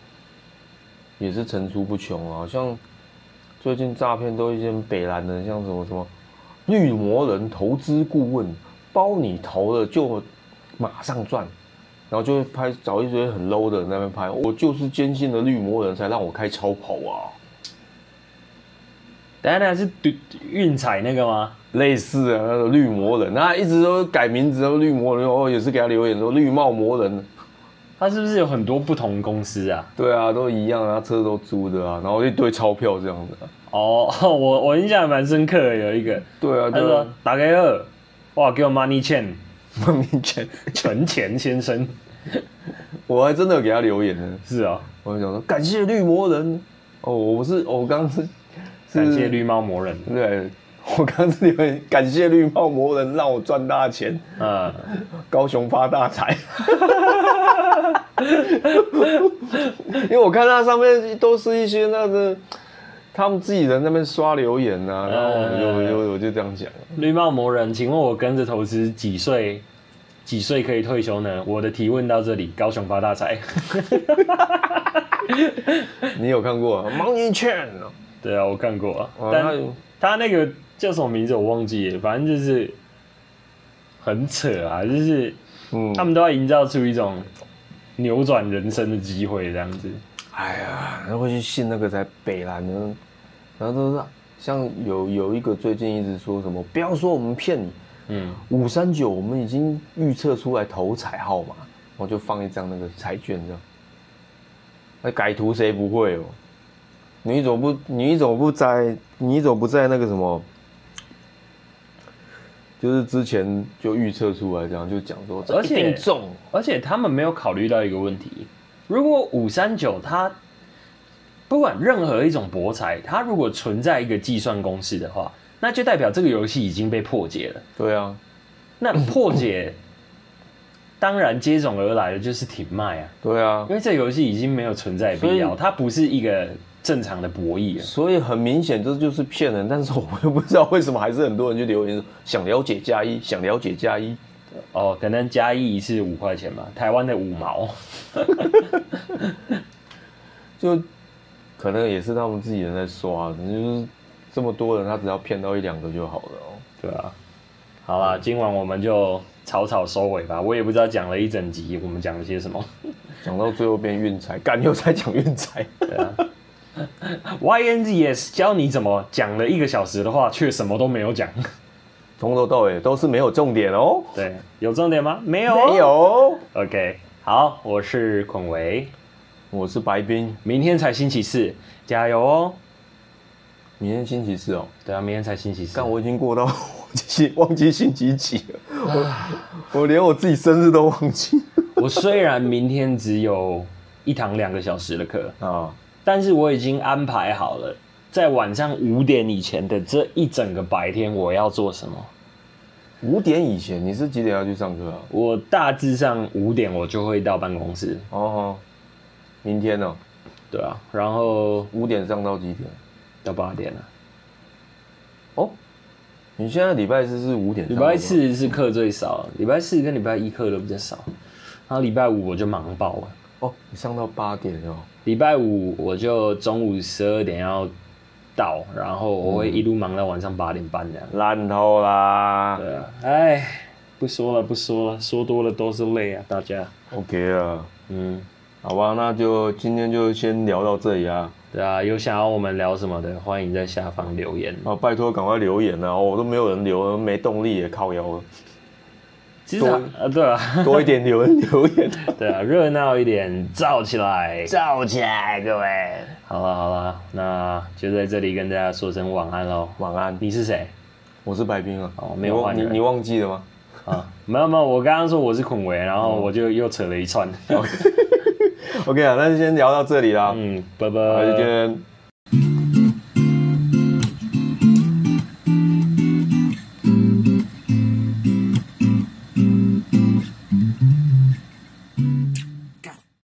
[SPEAKER 3] 也是层出不穷啊。像最近诈骗都一些北蓝的，像什么什么绿魔人投资顾问，包你投了就马上赚。然后就会拍找一堆很 low 的人在那边拍，我就是坚信了绿魔人才让我开超跑啊，
[SPEAKER 2] 等一下，是运运彩那个吗？
[SPEAKER 3] 类似啊，那个绿魔人，他一直都改名字，绿魔人哦，也是给他留言说绿帽魔人，
[SPEAKER 2] 它是不是有很多不同公司啊？
[SPEAKER 3] 对啊，都一样啊，车都租的啊，然后一堆钞票这样子、啊，
[SPEAKER 2] 哦， 我我印象还蛮深刻的，有一个
[SPEAKER 3] 对啊，
[SPEAKER 2] 他
[SPEAKER 3] 对
[SPEAKER 2] 说
[SPEAKER 3] 啊，
[SPEAKER 2] 打给二，哇，给我 money chain
[SPEAKER 3] 方明全，
[SPEAKER 2] 存钱先生，
[SPEAKER 3] 我还真的有给他留言呢，
[SPEAKER 2] 是哦，
[SPEAKER 3] 我就想说感谢绿魔人，哦，我不是，我刚刚是
[SPEAKER 2] 感谢，绿帽魔人，
[SPEAKER 3] 是对，我刚是留言感谢绿帽魔人让我赚大钱，
[SPEAKER 2] 呃，
[SPEAKER 3] 高雄发大财。因为我看他上面都是一些那个他们自己人在那边刷留言呐、啊，然后我就我就我就这样讲，
[SPEAKER 2] 绿帽魔人，请问我跟着投资几岁？几岁可以退休呢？我的提问到这里，高雄发大财。
[SPEAKER 3] 你有看过、啊《盲人券》啊？
[SPEAKER 2] 对啊，我看过啊，
[SPEAKER 3] 哦那
[SPEAKER 2] 但
[SPEAKER 3] 有
[SPEAKER 2] 他那个叫什么名字我忘记了，反正就是很扯啊，就是
[SPEAKER 3] 嗯
[SPEAKER 2] 他们都要营造出一种扭转人生的机会，这样子。
[SPEAKER 3] 哎呀，然后会去信那个才北兰呢，然后都是像有有一个最近一直说什么，不要说我们骗你，
[SPEAKER 2] 嗯，
[SPEAKER 3] 五三九我们已经预测出来头彩号码，然后就放一张那个彩券这样。那改图谁不会哦？你怎么不你怎么不在你怎么不在那个什么？就是之前就预测出来这样，就讲说这
[SPEAKER 2] 而且
[SPEAKER 3] 一定中，
[SPEAKER 2] 而且他们没有考虑到一个问题：如果五三九它不管任何一种博彩，它如果存在一个计算公式的话，那就代表这个游戏已经被破解了。
[SPEAKER 3] 对啊，
[SPEAKER 2] 那破解当然接踵而来的就是停卖啊。
[SPEAKER 3] 对啊
[SPEAKER 2] 因，为这游戏已经没有存在必
[SPEAKER 3] 所
[SPEAKER 2] 要，
[SPEAKER 3] 以
[SPEAKER 2] 它不是一个正常的博弈了。
[SPEAKER 3] 所以很明显这就是骗人，但是我又不知道为什么还是很多人就留言说想了解加一，想了解加一，
[SPEAKER 2] 哦，可能加一一次五块钱吧，台湾的五毛。
[SPEAKER 3] 就可能也是他们自己人在刷，就是这么多人，他只要骗到一两个就好了哦。
[SPEAKER 2] 对啊，好啦，今晚我们就草草收尾吧。我也不知道讲了一整集，我们讲了些什么。
[SPEAKER 3] 讲到最后变运财，干又在讲运财，
[SPEAKER 2] 对啊，YNZS 教你怎么讲了一个小时的话，却什么都没有讲。
[SPEAKER 3] 从头到尾都是没有重点哦。
[SPEAKER 2] 对，有重点吗？没有哦，
[SPEAKER 3] 没有，
[SPEAKER 2] OK，好，我是孔维，
[SPEAKER 3] 我是白冰，
[SPEAKER 2] 明天才星期四，加油哦。
[SPEAKER 3] 明天星期四哦。
[SPEAKER 2] 对啊，明天才星期四
[SPEAKER 3] 但。我已经过到星忘记星期几了，我我连我自己生日都忘记
[SPEAKER 2] 我虽然明天只有一堂两个小时的课，
[SPEAKER 3] 啊。
[SPEAKER 2] 但是我已经安排好了，在晚上五点以前的这一整个白天我要做什么。
[SPEAKER 3] 五点以前你是几点要去上课啊？
[SPEAKER 2] 我大致上五点我就会到办公室，
[SPEAKER 3] 哦哦，明天呢、哦？
[SPEAKER 2] 对啊，然后
[SPEAKER 3] 五点上到几点？
[SPEAKER 2] 到八点了。
[SPEAKER 3] 哦，你现在礼拜四是五点
[SPEAKER 2] 礼
[SPEAKER 3] 上的吗，
[SPEAKER 2] 拜四是课最少，礼拜四跟礼拜一课都比较少，然后礼拜五我就忙爆了。
[SPEAKER 3] 哦，你上到八点哦。
[SPEAKER 2] 礼拜五我就中午十二点要到，然后我会一路忙到晚上八点半这样。
[SPEAKER 3] 烂透啦。
[SPEAKER 2] 对啊，哎，不说了，不说了，说多了都是泪啊，大家。
[SPEAKER 3] OK 啊，
[SPEAKER 2] 嗯，
[SPEAKER 3] 好吧，那就今天就先聊到这里啊。
[SPEAKER 2] 对啊，有想要我们聊什么的，欢迎在下方留言。
[SPEAKER 3] 啊，拜托赶快留言啊！哦我都没有人留，没动力也靠腰了，
[SPEAKER 2] 其实啊，呃对啊，
[SPEAKER 3] 多一点留人留 言。
[SPEAKER 2] 对啊，热闹一点，燥起来。
[SPEAKER 3] 燥起来，各位，
[SPEAKER 2] 好了好了，那就在这里跟大家说声晚安喽。
[SPEAKER 3] 晚安。
[SPEAKER 2] 你是谁
[SPEAKER 3] 我是白冰啊，
[SPEAKER 2] 哦没有
[SPEAKER 3] 你
[SPEAKER 2] 换
[SPEAKER 3] 忘你
[SPEAKER 2] 人
[SPEAKER 3] 你忘记了吗？
[SPEAKER 2] 啊？没有没有，我刚刚说我是孔维，然后我就又扯了一串。
[SPEAKER 3] OK 啊，那就先聊到这里啦，
[SPEAKER 2] 嗯，拜拜。
[SPEAKER 3] 那就今天